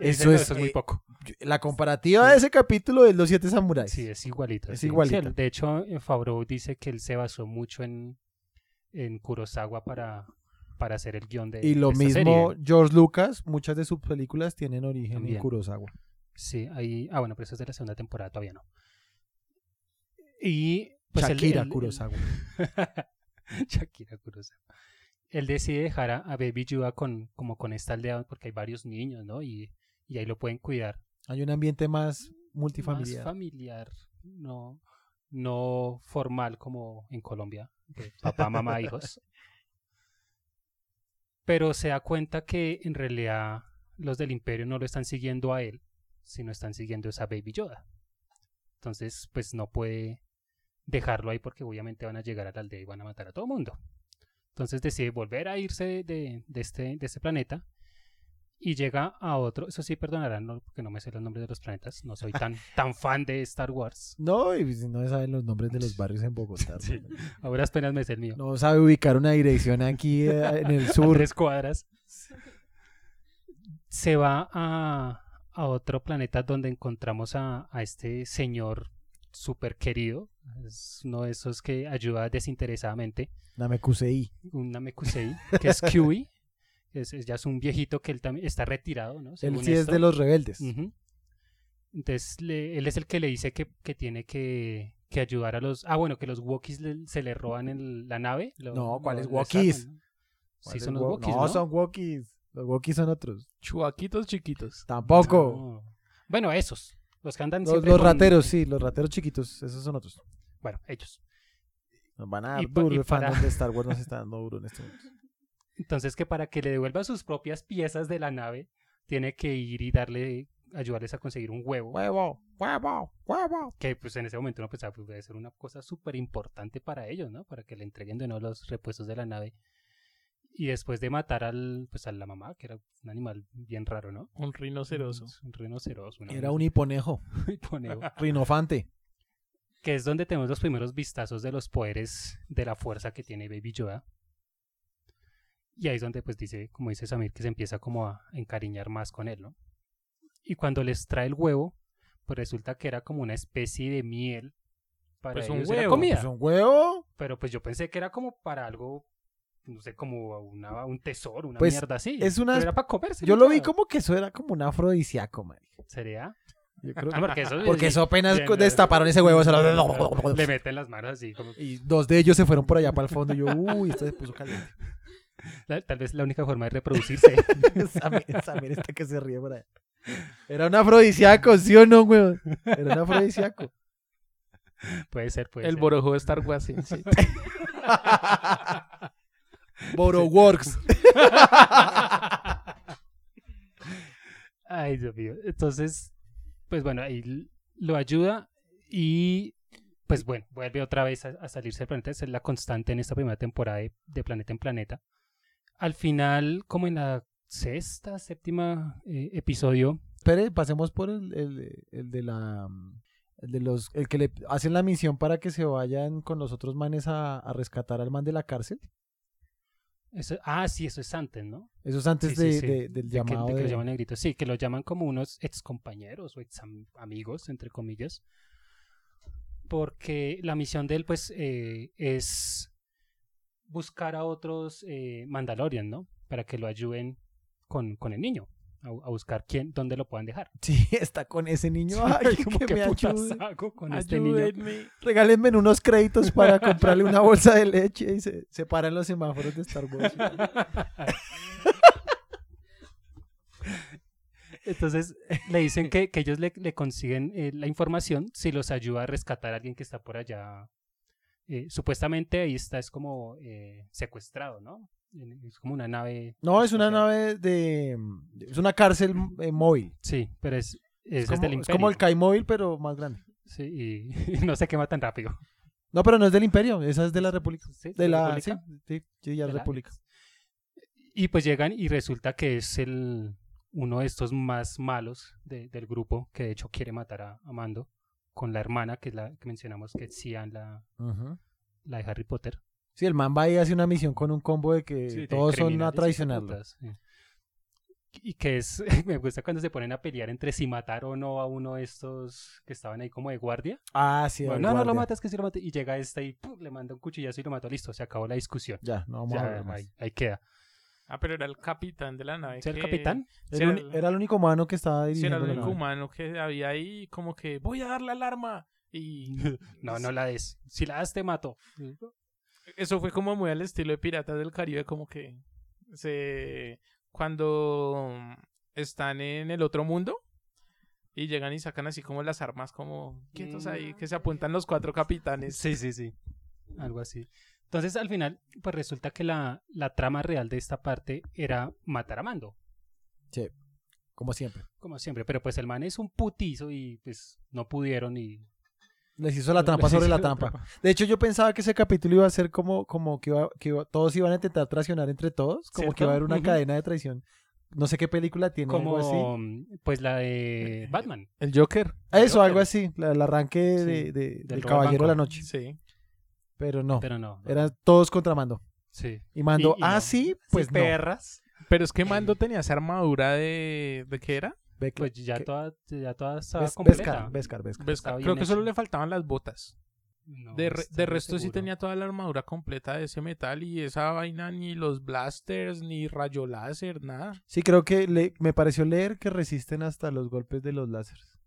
S2: Ese
S1: Eso
S2: no,
S1: es,
S2: muy
S1: eh,
S2: poco.
S1: Yo- La comparativa de ese capítulo es los siete samuráis.
S2: Sí, es igualito.
S1: Es
S2: sí.
S1: igualito.
S2: Sí, de hecho, eh, Favreau dice que él se basó mucho en, en Kurosawa para, para hacer el guión de
S1: y lo
S2: de esta
S1: mismo
S2: serie.
S1: George Lucas, muchas de sus películas tienen origen en
S2: También.
S1: Kurosawa.
S2: Sí, ahí... Ah, bueno, pero eso es de la segunda temporada, todavía no. Y... Pues el-
S1: Shakira
S2: el- el-
S1: Kurosawa.
S2: Shakira Kurosawa. Él decide dejar a, a Baby Yoda con, como con esta aldea porque hay varios niños, ¿no? Y, y ahí lo pueden cuidar.
S1: Hay un ambiente más
S2: Más
S1: multifamiliar.
S2: familiar, no, no formal como en Colombia, de papá, mamá, hijos. Pero se da cuenta que en realidad los del imperio no lo están siguiendo a él, sino están siguiendo esa Baby Yoda. Entonces, pues no puede dejarlo ahí porque obviamente van a llegar a la aldea y van a matar a todo mundo. Entonces decide volver a irse de, de- de este, de este planeta y llega a otro. Eso sí, perdonarán, no, porque no me sé los nombres de los planetas. No soy tan, tan fan de Star Wars.
S1: No, y si no saben los nombres de los barrios en Bogotá.
S2: Sí.
S1: ¿no?
S2: Ahora apenas me sé el mío.
S1: No sabe ubicar una dirección aquí eh, en el
S2: a
S1: sur.
S2: tres cuadras. Se va a, a otro planeta donde encontramos a, a este señor súper querido. Es uno de esos que ayuda desinteresadamente.
S1: Namekusei.
S2: Un Namekusei, que es Kiwi. Es, es- ya es un viejito que él también está retirado, ¿no?
S1: Él
S2: Según
S1: sí es
S2: esto.
S1: de los rebeldes.
S2: Ujú. Entonces, le- él es el que le dice que, que tiene que, que ayudar a los... Ah, bueno, que los Wookiees le- se le roban el- la nave. lo-
S1: No,
S2: lo-
S1: ¿cuáles
S2: lo
S1: Wookiees?
S2: sacan, ¿no? Sí,
S1: ¿Cuáles
S2: son los
S1: wo-
S2: Wookiees,
S1: No,
S2: ¿no?
S1: son Wookiees. Los Wookiees son otros.
S4: Chuaquitos chiquitos.
S1: Tampoco.
S2: No. Bueno, esos. Los que andan
S1: Los,
S2: siempre
S1: los
S2: con-
S1: rateros, sí, los rateros chiquitos, esos son otros.
S2: Bueno, ellos.
S1: Nos van a
S2: Y
S1: dar
S2: pa-
S1: duro.
S2: y
S1: El fandom
S2: para-
S1: de Star Wars nos está dando duro en este momento.
S2: Entonces, que para que le devuelva sus propias piezas de la nave, tiene que ir y darle, ayudarles a conseguir un huevo.
S1: Huevo, huevo, huevo.
S2: Que pues en ese momento uno pensaba, pues debe ser una cosa súper importante para ellos, ¿no? Para que le entreguen de nuevo los repuestos de la nave. Y después de matar al, pues a la mamá, que era un animal bien raro, ¿no?
S4: Un rinoceroso.
S2: Un rinoceroso. una
S1: Era un
S2: vaina
S1: hiponejo.
S2: así, hiponeo.
S1: Rinofante.
S2: que es donde tenemos los primeros vistazos de los poderes de la fuerza que tiene Baby Yoda. Y ahí es donde, pues, dice, como dice Samir, que se empieza como a encariñar más con él, ¿no? Y cuando les trae el huevo, pues resulta que era como una especie de miel para
S4: Pues un
S2: ellos, era
S4: huevo,
S2: comida.
S1: Pues un huevo.
S2: Pero pues yo pensé que era como para algo, no sé, como una, un tesoro, una
S1: Pues,
S2: mierda así.
S1: es una-
S2: Pero era para comerse.
S1: Yo lo vi como que eso era como un afrodisíaco, marica.
S2: Sería.
S1: Yo creo
S2: Ah,
S1: que-
S2: porque eso,
S1: Porque eso apenas
S2: Bien,
S1: co- destaparon ese huevo. se lo-
S2: Le meten las manos así, como
S1: Y dos de ellos se fueron por allá para el fondo. Y yo, uy, esto se puso caliente.
S2: la- tal vez la única forma de reproducirse.
S1: Samir, Samir está que se ríe por allá. Era un afrodisíaco, ¿sí o no, huevón? Era un afrodisíaco.
S2: puede ser, puede
S4: El
S2: ser.
S4: borojo de Star Wars. sí, sí.
S1: Boroworks.
S2: Ay, Dios mío. Entonces, pues bueno, ahí l- lo ayuda y pues bueno, vuelve otra vez a, a salirse del planeta. Esa es la constante en esta primera temporada de, de planeta en planeta. Al final, como en la sexta, séptima eh, episodio,
S1: Espere, pasemos por el, el- el de la. El de los. El que le hacen la misión para que se vayan con los otros manes a, a rescatar al man de la cárcel.
S2: eso- ah, sí, eso es antes, ¿no?
S1: Eso es antes
S2: Sí, sí,
S1: de,
S2: sí.
S1: de- del
S2: De que,
S1: llamado.
S2: de que lo
S1: de-
S2: llaman negrito. Sí, que lo llaman como unos ex compañeros o ex amigos, entre comillas. Porque la misión de él, pues, eh, es buscar a otros eh, Mandalorian, ¿no? Para que lo ayuden con, con el niño. A, a buscar quién, dónde lo puedan dejar.
S1: Sí, está con ese niño. Ay,
S2: Como,
S1: que
S2: ¿qué
S1: me
S2: putas
S1: ayude.
S2: hago con este niño?
S4: Ayúdenme.
S1: Regálenme unos créditos para comprarle una bolsa de leche y se, se paran los semáforos de Star Wars.
S2: Entonces le dicen que, que ellos le, le consiguen eh, la información si los ayuda a rescatar a alguien que está por allá. Eh, supuestamente ahí está, es como eh, secuestrado, ¿no? En- Es como una nave.
S1: No, es una
S2: espacial.
S1: nave de. Es una cárcel eh, móvil.
S2: Sí, pero es, es,
S1: Es como,
S2: del
S1: es
S2: imperio.
S1: como el CAI móvil, pero más grande.
S2: Sí, y, y no se quema tan rápido.
S1: No, pero no es del Imperio, esa es de la República.
S2: Sí,
S1: De la.
S2: República.
S1: Sí, sí, sí, ya
S2: ¿Verdad?
S1: República.
S2: Y pues llegan y resulta que es el uno de estos más malos de- del grupo que de hecho quiere matar a, a Mando con la hermana que es la que mencionamos que es Cian, la,
S1: Ujú.
S2: la de Harry Potter.
S1: Sí, el man va y hace una misión con un combo de que
S2: Sí, de
S1: todos son a
S2: criminales
S1: traicionarlo.
S2: hijueputas, sí. Y que es, me gusta cuando se ponen a pelear entre si matar o no a uno de estos que estaban ahí como de guardia.
S1: Ah, sí,
S2: Bueno,
S1: al
S2: no, no lo
S1: guardia.
S2: matas, que sí lo matas. Y llega esta y ¡pum! le manda un cuchillazo y lo mató. Listo, se acabó la discusión.
S1: Ya, no vamos
S2: Ya,
S1: a hablar más.
S2: ahí, ahí queda.
S4: Ah, pero era el capitán de la nave.
S2: O sea, el
S4: que-
S2: capitán,
S4: Sí,
S1: Era,
S4: Era,
S1: el uni- era el único humano que estaba
S4: sí,
S1: dirigiendo
S4: era el
S1: la
S4: único
S1: nave.
S4: humano que había ahí, como que voy a dar la alarma. Y
S2: no, no la des. Si la das, te mato.
S4: eso fue como muy al estilo de Piratas del Caribe, como que se. Cuando están en el otro mundo y llegan y sacan así como las armas, como quietos ahí, que se apuntan los cuatro capitanes.
S2: Sí, sí, sí. Algo así. Entonces, al final, pues resulta que la, la trama real de esta parte era matar a Mando,
S1: Como siempre.
S2: como siempre. Pero pues el man es un putizo y pues no pudieron y
S1: Les hizo la trampa
S2: Les
S1: sobre
S2: hizo
S1: la
S2: la
S1: trampa. De hecho, yo pensaba que ese capítulo iba a ser como, como que, iba- que iba- todos iban a intentar traicionar entre todos, como que
S2: ¿Cierto?
S1: iba a haber una
S2: Ujú.
S1: cadena de traición. No sé qué película tiene algo así. Ah,
S2: como mm, pues la de Batman.
S4: El Joker.
S1: Eso,
S2: Joker.
S1: algo así, la- el arranque
S2: Sí,
S1: de, de- del,
S2: robo al
S1: Caballero de la
S2: banco.
S1: Noche.
S4: Sí.
S1: Pero no,
S2: Pero no. no.
S1: eran todos contra Mando.
S2: Sí.
S1: Y Mando,
S2: Y- y
S1: ah,
S2: no.
S1: sí, pues
S2: Sí,
S1: no.
S2: perras.
S4: Pero es que Mando tenía esa armadura de. ¿De qué era?
S1: Ve que-
S2: Pues ya
S1: que-
S2: toda, ya toda estaba
S1: Ves-
S2: completa.
S1: Vescar, Vescar, Vescar.
S4: Pues,
S2: Está bien
S4: creo que solo
S2: hecho.
S4: le faltaban las botas.
S2: No,
S4: de, re-
S2: estoy
S4: de
S2: muy
S4: resto sí
S2: seguro.
S4: tenía toda la armadura completa de ese metal y esa vaina, ni los blasters, ni rayo láser, nada.
S1: Sí, creo que le- me pareció leer que resisten hasta los golpes de los láseres.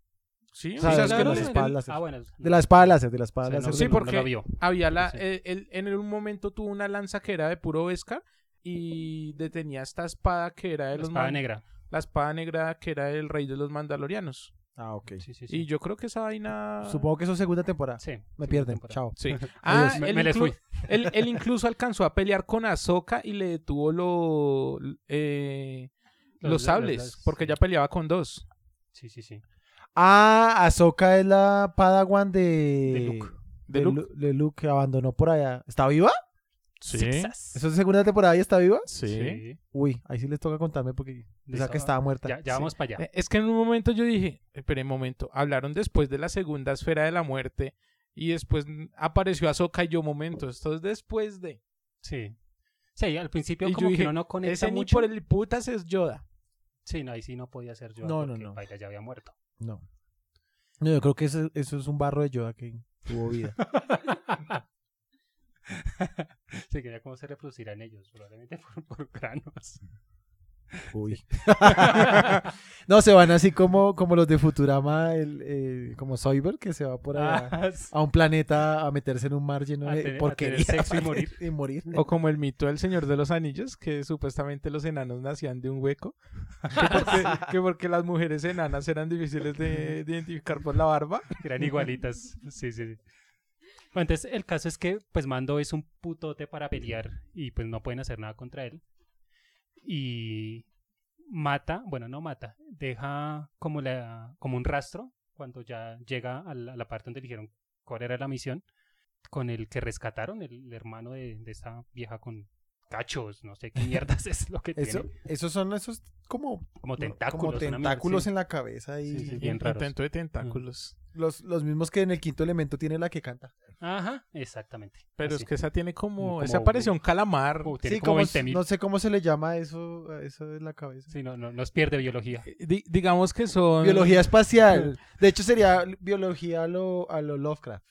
S4: Sí,
S1: O sea,
S4: sea,
S1: es que
S4: claro,
S1: las
S4: el-
S1: espadas las-
S2: Ah, bueno.
S1: De la espada láser, de la
S2: o
S1: espada
S2: sea, no,
S1: láser.
S4: Sí,
S2: no-
S4: porque-
S2: no lo vio.
S4: había la,
S2: Sí.
S4: el- el- en un momento tuvo una lanza que era de puro Vescar y detenía esta espada que era de
S2: La
S4: los
S2: espada
S4: man-
S2: negra.
S4: la espada negra que era del rey de los mandalorianos.
S1: Ah, ok.
S2: Sí, sí,
S4: Y
S2: sí.
S4: yo creo que esa vaina...
S1: Supongo que eso es segunda temporada.
S2: Sí,
S1: Me
S2: sí,
S1: pierden,
S2: temporada.
S1: chao.
S4: Sí. Ah,
S2: Me,
S4: él,
S2: me les
S4: inclu-
S2: fui.
S4: él- él incluso alcanzó a pelear con Ahsoka y le detuvo lo, eh, los, sables, porque ya peleaba con dos.
S2: Sí, sí, sí.
S1: Ah, Ahsoka es la Padawan de.
S2: De Luke.
S1: De,
S4: De Luke.
S1: Lu- de Luke, que abandonó por allá. ¿Está viva?
S4: Sí.
S1: ¿Eso es segunda temporada y está viva?
S2: Sí.
S1: Uy, ahí sí les toca contarme porque pensaba
S2: Listo.
S1: que estaba muerta.
S2: Ya, ya vamos para allá.
S4: Eh, Es que en un momento yo dije, espera un momento, hablaron después de la segunda esfera de la muerte y después mm, apareció Ahsoka y yo, momento, esto es después de...
S2: Sí. Sí, al principio
S4: Y yo
S2: como
S4: dije,
S2: que no, no conecta
S4: Ese ni
S2: mucho.
S4: por el putas es Yoda.
S2: Sí, no, ahí sí no podía ser yo.
S1: No, no,
S2: porque
S1: no.
S2: Paila ya había muerto.
S1: No. No, yo creo que eso, eso es un barro de Yoda que tuvo vida.
S2: Se quería cómo se reproducirán ellos, probablemente por, por granos.
S1: Uy. no, se van así como, como los de Futurama, el, eh, como Soyber, que se va por allá
S2: Ah, sí.
S1: a un planeta a meterse en un mar lleno
S2: A
S1: de
S2: tener- a
S1: porquería.
S2: tener sexo y morir.
S1: y morir.
S4: O como el mito del Señor de los Anillos, que supuestamente los enanos nacían de un hueco. Que porque, que porque las mujeres enanas eran difíciles de, de identificar por la barba.
S2: Eran igualitas. Sí, sí, sí. Bueno, entonces el caso es que pues Mando es un putote para pelear y pues no pueden hacer nada contra él. Y mata, bueno, no mata, deja como, la, como un rastro cuando ya llega a la, a la parte donde eligieron cuál era la misión con el que rescataron, el, el hermano de, de esta vieja con cachos, no sé qué mierdas es lo que
S1: Eso,
S2: tiene,
S1: esos son esos como,
S2: como
S1: como
S2: tentáculos. una mierda,
S1: tentáculos
S2: sí.
S1: en la cabeza y
S2: Sí, sí,
S4: Un
S2: bien raros. Mm.
S4: intento de tentáculos.
S1: Los, los mismos que en el quinto elemento tiene la que canta.
S2: Ajá, exactamente.
S4: Pero
S2: así.
S4: es que esa tiene como...
S2: Ah, Como-
S4: esa parecía un calamar.
S2: Como- tiene
S1: Sí,
S2: como
S1: como es-
S2: 20.000.
S1: no sé cómo se le llama a eso, a eso de la cabeza.
S2: Sí, no, no, nos pierde biología.
S4: Eh, Di- digamos que son...
S1: Biología espacial. De hecho, sería biología a lo, a lo Lovecraft.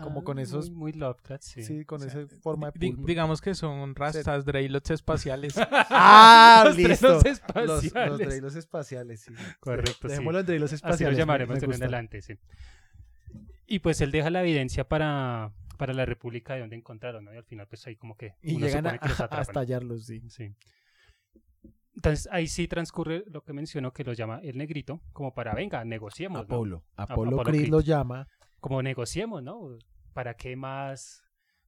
S1: Como
S2: Ah,
S1: con esos-
S2: Muy, muy Lovecraft, sí.
S1: Sí, con
S4: o sea,
S1: esa forma de
S4: Di-
S1: pulpo.
S4: digamos que son rastas, dreylots espaciales.
S1: ¡Ah,
S2: los
S1: listo!
S2: trenos
S1: Los,
S2: espaciales.
S1: los dreylos espaciales, sí.
S2: Correcto, sí.
S1: Dejémoslo en dreylos
S2: Así
S1: espaciales.
S2: lo
S1: me- me
S2: llamaremos en
S1: gusta.
S2: adelante, sí. Y pues él deja la evidencia para, para la República de donde encontraron, ¿no? Y al final pues ahí como que
S1: Y
S2: uno
S1: llegan a,
S2: supone que los
S1: a
S2: atrapan.
S1: estallarlos, sí.
S2: Sí. Entonces ahí sí transcurre lo que mencionó que lo llama el negrito, como para, venga, negociemos, ¿no? Ah,
S1: Apolo. Apolo,
S2: Apolo
S1: Creed
S2: Creed.
S1: lo llama.
S2: Como negociemos, ¿no? ¿Para qué más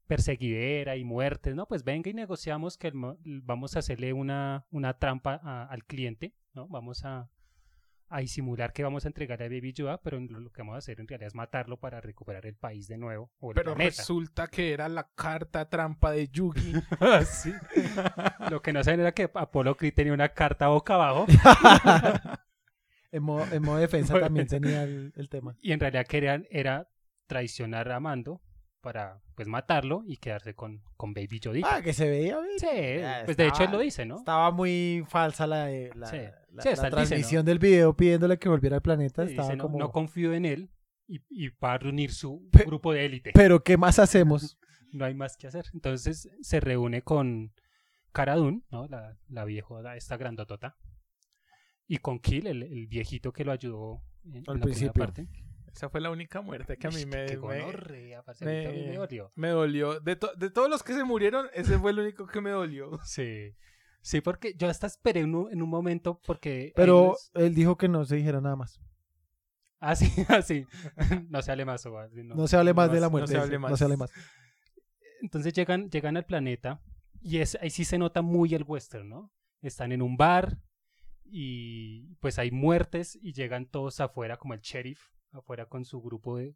S2: perseguidera y muertes? No, pues venga y negociamos que el mo- vamos a hacerle una, una trampa a- al cliente, ¿no? Vamos a, a disimular que vamos a entregar a Baby Yoda, pero lo lo que vamos a hacer en realidad es matarlo para recuperar el país de nuevo. O el
S4: Pero
S2: planeta.
S4: resulta que era la carta trampa de Yugi.
S2: Sí. Lo que no saben era que Apolo Creed tenía una carta boca abajo
S1: En modo, en modo defensa también tenía el, el tema.
S2: y en realidad querían era traicionar a Mando para pues matarlo y quedarse con, con Baby Yodita.
S1: Ah, que se veía bien.
S2: sí,
S1: ya
S2: pues de hecho él
S1: estaba-
S2: lo dice, ¿no?
S1: Estaba muy falsa la, eh, la,
S2: Sí.
S1: la-
S2: Sí, está
S1: la
S2: el dice,
S1: transmisión del video pidiéndole que volviera al planeta.
S2: Y
S1: Estaba
S2: dice, no,
S1: como...
S2: no confío en él y, y va a reunir su
S1: Pe-
S2: grupo de élite.
S1: Pero ¿qué más hacemos?
S2: no hay más que hacer. Entonces se reúne con Cara Dune, ¿no? La, la vieja, esta grandotota. Y con Kill, el, el viejito que lo ayudó en, en la primera
S1: principio.
S2: parte.
S4: Esa fue la única muerte que a mí
S2: Ush,
S4: me,
S2: qué
S4: me,
S2: gonorrea, parcerito, a mí
S4: me-
S2: me dolió.
S4: me dolió. De, to- de todos los que se murieron, ese fue el único que me dolió.
S2: Sí. Sí, porque yo hasta esperé en un, en un momento porque... ahí
S1: Pero
S2: nos-
S1: él dijo que no se dijera nada más.
S2: Ah, sí, así. no se hable más. o así, no.
S1: No se hable más
S4: no
S1: de
S4: se-
S1: la
S4: no
S1: muerte.
S4: se
S1: sí,
S4: hable más.
S1: No se hable más.
S2: Entonces llegan, llegan al planeta y es, ahí sí se nota muy el western, ¿no? Están en un bar y pues hay muertes y llegan todos afuera como el sheriff, afuera con su grupo de,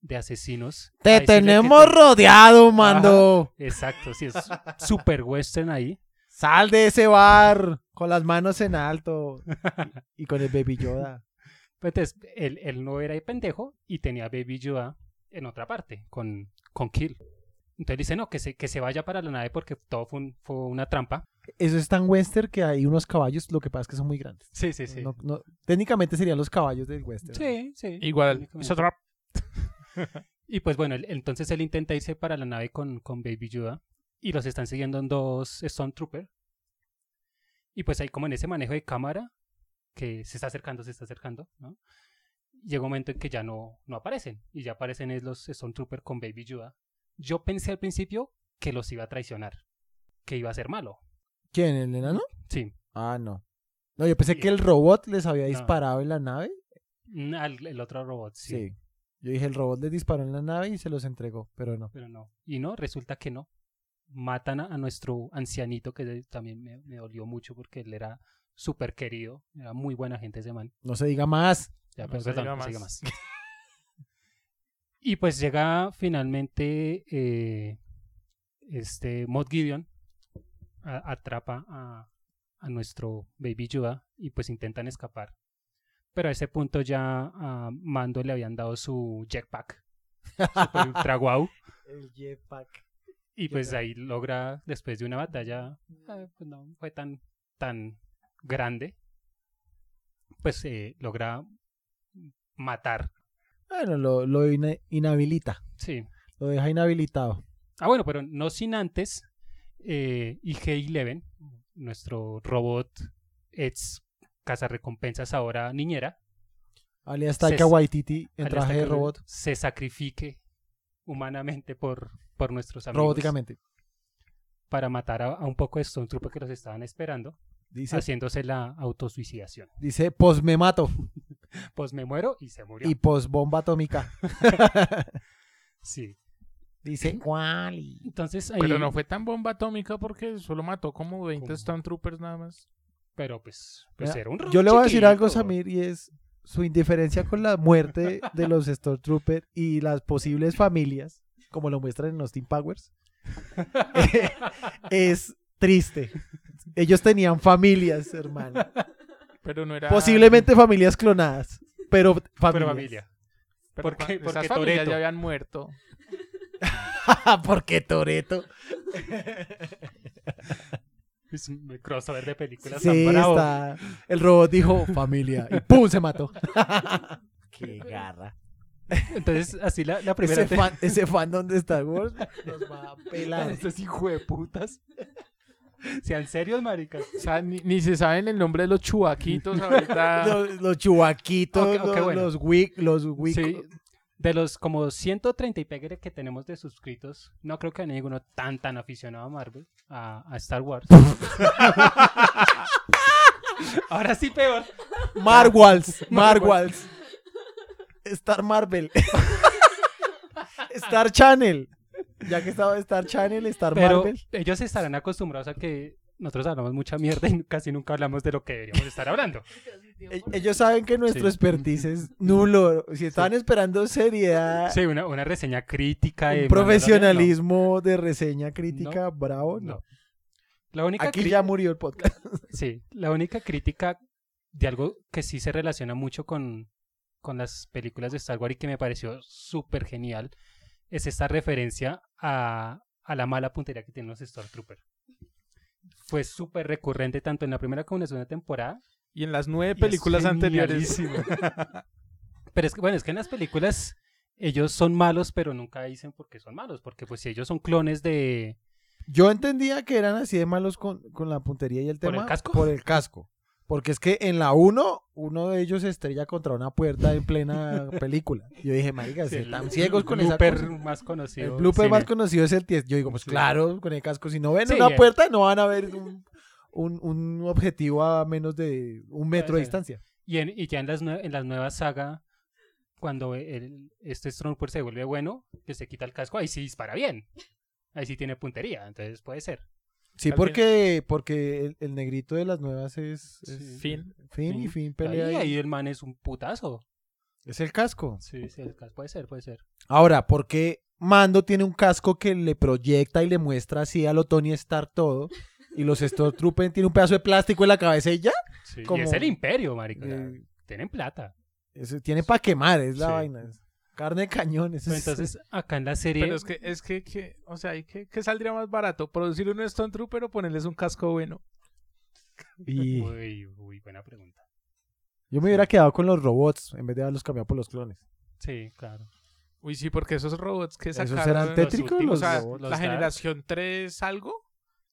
S2: de asesinos. a
S1: Te
S2: decirle que
S1: tenemos
S2: te-
S1: rodeado, mando.
S2: Exacto, sí, es super western ahí.
S1: Sal de ese bar con las manos en alto y con el baby Yoda.
S2: Pero Entonces, él, él no era el pendejo y tenía a Baby Yoda en otra parte, con, con Kill. Entonces dice, no, que se, que se vaya para la nave porque todo fue, un- fue una trampa.
S1: Eso es tan western que hay unos caballos, lo que pasa es que son muy grandes.
S2: Sí, sí, sí.
S1: No- no- técnicamente serían los caballos del western.
S2: Sí, sí.
S4: Igual,
S2: Únicamente.
S4: es otra.
S2: Y pues bueno, él- entonces él intenta irse para la nave con, con Baby Yoda y los están siguiendo en dos Stormtrooper. Y pues ahí como en ese manejo de cámara que se está acercando, se está acercando, ¿no? Llega un momento en que ya no, no aparecen y ya aparecen es los Stormtrooper con Baby Yoda. Yo pensé al principio que los iba a traicionar, que iba a ser malo.
S1: ¿Quién? ¿El enano?
S2: Sí,
S1: Ah, no. No, yo pensé que el robot les había
S2: No.
S1: disparado en la nave.
S2: Mm, al- el otro robot, sí.
S1: Sí. Yo dije, el robot les disparó en la nave y se los entregó, pero no.
S2: Pero no. Y no, resulta que no. Matan a, a nuestro ancianito, que de- también me, me dolió mucho porque él era súper querido. Era muy buena gente ese man.
S1: No se diga más.
S2: Ya,
S4: No
S2: pero
S4: se
S2: perdón,
S4: diga
S2: no se diga
S4: más.
S2: más. y pues llega finalmente eh, este Mod Gideon, a- atrapa a, a nuestro Baby Yoda y pues intentan escapar. Pero a ese punto ya a Mando le habían dado su jetpack. Super ultra guau.
S1: El jetpack.
S2: Y
S1: Yo
S2: pues
S1: creo.
S2: ahí logra, después de una batalla, eh, pues no fue tan, tan grande, pues eh, logra matar.
S1: Bueno, lo, lo ina- inhabilita.
S2: Sí.
S1: Lo deja inhabilitado.
S2: Ah, bueno, pero no sin antes, eh, IG-11, nuestro robot ex cazarrecompensas ahora niñera,
S1: Alias
S2: Se-
S1: Taika Waititi en
S2: alias
S1: traje de
S2: Takeru,
S1: robot.
S2: se sacrifique humanamente por, por nuestros amigos
S1: Robóticamente.
S2: para matar a, a un poco de Stormtrooper que los estaban esperando,
S1: Dice,
S2: haciéndose la autosuicidación.
S1: dice, pos me mato
S2: Pues me muero y se murió.
S1: y pos bomba atómica.
S2: Sí.
S1: Dice, ¿cuál? y-?"
S2: Entonces ahí,
S4: Pero no fue tan bomba atómica porque solo mató como 20
S2: ¿Cómo?
S4: Stormtroopers nada más.
S2: pero pues, pues
S1: Mira,
S2: era un
S1: Yo le voy a decir algo,
S2: chiquito.
S1: Samir, y es su indiferencia con la muerte de los Stormtroopers y las posibles familias, como lo muestran en Austin Powers, es triste. Ellos tenían familias, hermano.
S4: Pero no era.
S1: Posiblemente familias clonadas, pero
S2: Pero
S1: familias.
S2: familia.
S4: Pero
S2: ¿Por qué?
S4: cuan-
S2: Porque
S4: esas familias
S2: Toretto.
S4: ya habían muerto.
S1: Porque Toreto.
S2: Es un crossover de películas
S1: Sí,
S2: tan bravo.
S1: está. El robot dijo familia y ¡pum! se mató. Qué garra.
S2: Entonces, así la, la primera...
S1: Ese, fan, ese fandom de Star Wars nos va a pelar.
S2: Estos hijos de putas. Sean serios, maricas.
S4: O sea, ni, ni se saben el nombre de los chubaquitos ahorita.
S1: Los, los chubaquitos,
S2: Ok, ok,
S1: los,
S2: bueno.
S1: los wic, los wic.
S2: Sí, de los como 130 y peguere que tenemos de suscritos, no creo que haya ninguno tan, tan aficionado a Marvel, a, a Star Wars. Ahora sí peor.
S1: Marwals, Marwals. Star Marvel. Star Channel. Ya que estaba Star Channel, Star
S2: Pero
S1: Marvel.
S2: ellos estarán acostumbrados a que nosotros hablamos mucha mierda y casi nunca hablamos de lo que deberíamos estar hablando.
S1: E- Ellos saben que nuestro expertise es nulo. Si estaban esperando seriedad,
S2: Sí, una, una reseña
S1: Ah.
S2: crítica.
S1: un
S2: de Mandalorian,
S1: profesionalismo de reseña crítica, bravo,
S2: no,
S1: no.
S2: no. La única
S1: Aquí
S2: cri-
S1: ya murió el podcast.
S2: Sí, la única crítica de algo que sí se relaciona mucho con, con las películas de Star Wars y que me pareció súper genial es esta referencia a, a la mala puntería que tienen los Stormtroopers. Fue súper recurrente tanto en la primera como en la segunda temporada.
S4: Y en las nueve
S2: y es
S4: películas anteriores.
S2: genialísimo. pero es que, bueno, es que en las películas ellos son malos, pero nunca dicen por qué son malos, porque pues si ellos son clones de...
S1: Yo entendía que eran así de malos con, con la puntería y el
S2: ¿Por el
S1: tema.
S2: casco?
S1: el casco. Porque es que en la 1, uno de ellos se estrella contra una puerta en plena película. Yo dije, marica,
S2: Sí,
S1: se
S2: el
S1: están ciegos con esa
S2: blooper
S1: cosa".
S2: más conocido.
S1: El blooper
S2: sí,
S1: más
S2: no.
S1: conocido es el 10. Yo digo, pues
S2: Sí.
S1: claro, con el casco. Si no ven
S2: Sí,
S1: una
S2: ya.
S1: puerta, no van a ver un, un- un objetivo a menos de un metro de
S2: Puede ser.
S1: distancia.
S2: Y, en, y ya en las, nue- en las nuevas sagas, cuando el, este Stormtrooper se vuelve bueno, que se quita el casco, ahí sí dispara bien. Ahí sí tiene puntería, entonces puede ser.
S1: Sí,
S4: Al
S1: porque, porque el, el negrito de las nuevas es, es
S4: Fin.
S1: Finn y Finn
S2: Ahí,
S1: pelea. y-
S2: ahí el man es un putazo.
S1: Es el casco.
S2: Sí, sí, el casco puede ser, puede ser.
S1: Ahora, ¿por qué Mando tiene un casco que le proyecta y le muestra así a lo Tony Stark todo? Y los Stormtroopers tiene un pedazo de plástico en la cabeza y ya.
S2: Sí, Y
S1: Como-
S2: es el imperio, marico. o sea,
S1: Eh,
S2: tienen plata.
S1: eso tiene para quemar, es la
S2: Sí. Pues
S1: vaina. es Carne de cañón. eso es-
S2: Entonces, acá en la serie...
S4: Pero es que, es que, que- o sea, ¿y ¿qué, qué saldría más barato? ¿Producir un Stone Trooper o ponerles un casco bueno?
S1: Y
S2: Uy, uy, buena pregunta.
S1: yo me hubiera quedado con los robots en vez de haberlos cambiado por los clones.
S2: Sí, claro.
S4: Uy, sí, porque esos robots que
S1: ¿Esos
S4: sacaron...
S1: eran tétricos? Los,
S2: últimos,
S4: o sea,
S1: robots?
S4: la
S2: Los Dark.
S4: generación 3 algo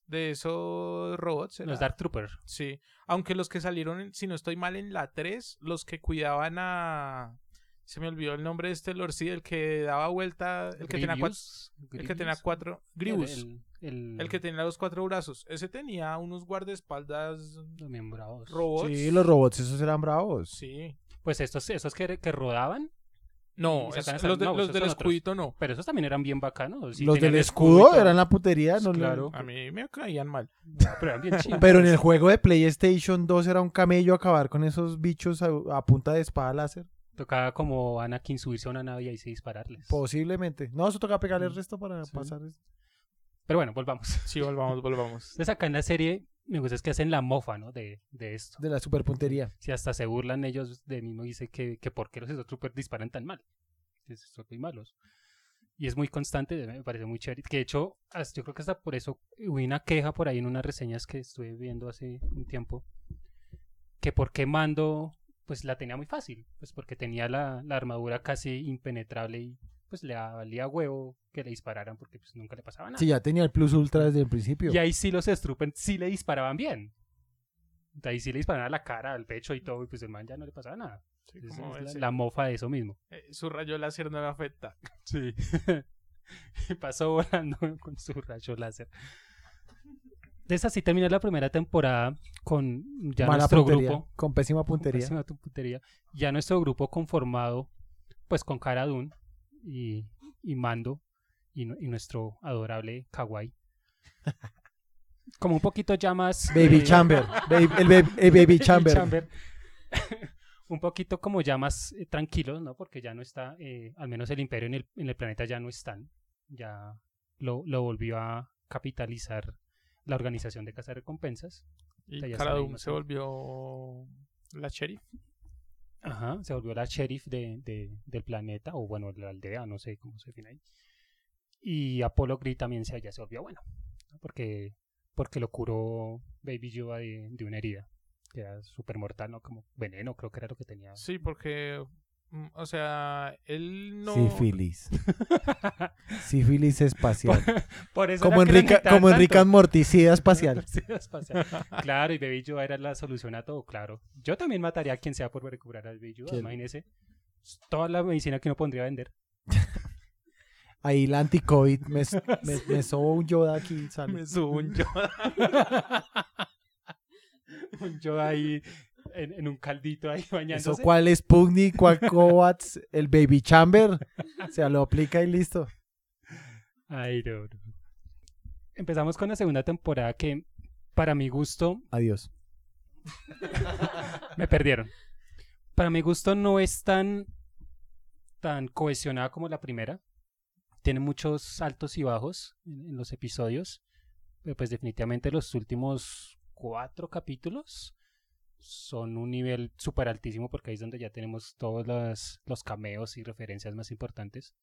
S4: de esos robots. era-
S2: Los Dark Troopers.
S4: Sí. Aunque los que salieron, en- si no estoy mal, en la 3, los que cuidaban a... Se me olvidó el nombre de este Lord, sí, el que daba vuelta, el que tenía cuatro...
S2: Grievous,
S4: El que tenía
S2: Grievous,
S4: cuatro... Grievous. El,
S2: El, el,
S4: que tenía los cuatro brazos. Ese tenía unos guardaespaldas
S2: también bravos.
S4: robots.
S1: Sí, los robots, esos eran bravos.
S4: Sí.
S2: Pues estos, estos que, que rodaban,
S4: No,
S2: Y sacan
S4: es-
S2: esa-
S4: los, de-
S2: no,
S4: los
S2: esos
S4: del
S2: son otros.
S4: escudito no.
S2: Pero esos también eran bien bacanos. pues sí
S1: los
S2: tenían
S1: del escudo
S2: y todo.
S1: eran la putería. No,
S2: Claro.
S4: A mí me caían mal.
S2: No, pero eran bien chimbas.
S1: Pero en el juego de PlayStation 2 era un camello acabar con esos bichos a, a punta de espada láser.
S2: Tocaba como Anakin subirse a una nave y ahí sí dispararles.
S1: Pues- Posiblemente. No, eso toca pegarle el
S2: Mm.
S1: resto para
S2: Sí.
S1: pasar. eso.
S2: Pero bueno, volvamos.
S4: Sí, volvamos, volvamos.
S2: Entonces acá en la serie me gusta es que hacen la mofa, ¿no? De, de esto.
S1: De la superpuntería.
S2: Si hasta se burlan ellos de mismo y dicen que, que por qué los Stormtroopers disparan tan mal. Que Son muy malos. Y es muy constante, me parece muy chévere. Que de hecho, hasta- yo creo que hasta por eso eh, hubo una queja por ahí en unas reseñas que estuve viendo hace un tiempo. Que por qué Mando, pues la tenía muy fácil. Pues porque tenía la, la armadura casi impenetrable y pues le valía huevo que le dispararan porque pues nunca le pasaba nada.
S1: Sí, ya tenía el plus ultra desde el principio.
S2: Y ahí sí los Strupen sí le disparaban bien. De ahí sí le disparaban a la cara, al pecho y todo, y pues el man ya no le pasaba nada.
S4: Sí,
S2: Entonces,
S4: como
S2: es la-
S4: ese-
S2: la, mofa de eso mismo.
S4: eh, su rayo láser no me afecta.
S2: Sí. Pasó volando con su rayo láser. De esa sí termina la primera temporada con ya
S1: Mala
S2: nuestro
S1: puntería,
S2: grupo.
S1: Con pésima puntería.
S2: Pésima tu puntería. Ya nuestro grupo conformado, pues con Cara Dune y, y Mando y, nu- y nuestro adorable Kawaii. Como un poquito ya más.
S1: Baby
S2: eh,
S1: Chamber. Baby- el, baby- el Baby Chamber.
S2: un poquito como ya más eh, tranquilos, ¿no? Porque ya no está, eh, al menos el imperio en el, en el planeta ya no están. Ya lo, lo volvió a capitalizar la organización de Casa Recompensas.
S4: Y
S2: Ya está
S4: Cara
S2: ahí,
S4: Dune
S2: más
S4: se
S2: o
S4: volvió la sheriff.
S2: Ajá, se volvió la sheriff de, de- del planeta, o bueno, de la aldea, no sé cómo se define ahí. Y Apolo Creed también se, ya se volvió bueno, ¿no? porque, porque lo curó Baby Yoda de, de una herida, que era súper mortal, ¿no? Como veneno, creo que era lo que tenía.
S4: Sí, porque, mm, o sea, él no...
S1: Sífilis. Sífilis espacial.
S2: Por eso
S1: como en, rica, como en Rick and Morty, sida espacial.
S2: Claro, y Baby Yoda era la solución a todo, claro. Yo también mataría a quien sea por recuperar al Baby Yoda,
S1: ¿Quién?
S2: imagínese. Toda la medicina que uno pondría a vender.
S1: Ahí la anti-COVID me, me, me sobo un Yoda aquí. sale.
S4: Me subo un yo.
S2: Un Yoda ahí en, en un caldito ahí
S1: ¿Eso
S2: bañándose.
S1: cuál es Pugni, cuál Covats, el Baby Chamber? Se lo aplica y listo.
S2: Ay, no, no. Empezamos con la segunda temporada que, para mi gusto,
S1: Adiós.
S2: me perdieron. para mi gusto no es tan, tan cohesionada como la primera. Tiene muchos altos y bajos en, en los episodios. Pero pues definitivamente los últimos cuatro capítulos son un nivel súper altísimo porque ahí es donde ya tenemos todos los, los cameos y referencias más importantes.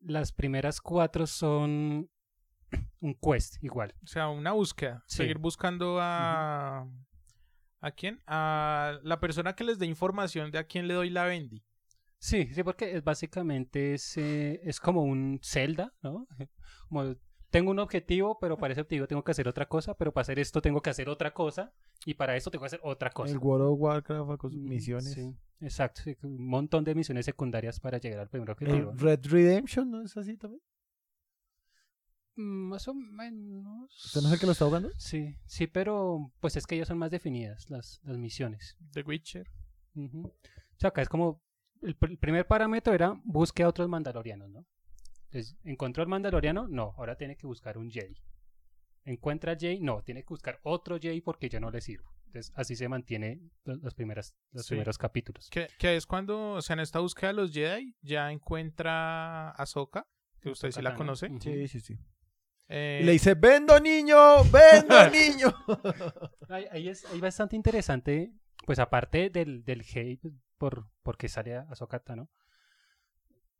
S2: Las primeras cuatro son un quest igual.
S4: O sea, una búsqueda.
S2: Sí.
S4: Seguir buscando a. ¿A quién? A la persona que les dé información de a quién le doy la Bendy.
S2: Sí, sí, porque es básicamente es, eh, es como un Zelda, ¿no? Como tengo un objetivo, pero para ese objetivo tengo que hacer otra cosa, pero para hacer esto tengo que hacer otra cosa, y para esto tengo que hacer otra cosa.
S1: El World of Warcraft con sus
S2: Mm,
S1: misiones.
S2: Sí, exacto, sí, un montón de misiones secundarias para llegar al primer objetivo.
S1: El Red Redemption, ¿no es así también?
S2: Mm, Más o menos.
S1: ¿Usted no es el que lo está jugando?
S2: Sí, sí, pero pues es que ellas son más definidas, las, las misiones.
S4: The Witcher.
S2: Ujú. O sea, acá es como, el, pr- el primer parámetro era busque a otros mandalorianos, ¿no? Entonces, ¿encontró al mandaloriano? No, ahora tiene que buscar un Jedi. ¿Encuentra al Jedi? No, tiene que buscar otro Jedi porque yo no le sirvo. Entonces, así se mantiene lo- los, primeras, los
S4: Sí.
S2: primeros capítulos.
S4: Que, que es cuando, o sea, en esta búsqueda de los Jedi ya encuentra a Soka,
S2: Mm,
S4: que usted sí la
S2: Katana.
S4: conoce.
S2: Ujú.
S1: Sí, sí, sí.
S4: Eh,
S1: Y le dice, vendo niño, vendo niño.
S2: Ahí, ahí es ahí bastante interesante, pues aparte del, del hate pues, por porque sale a Sokata, ¿no?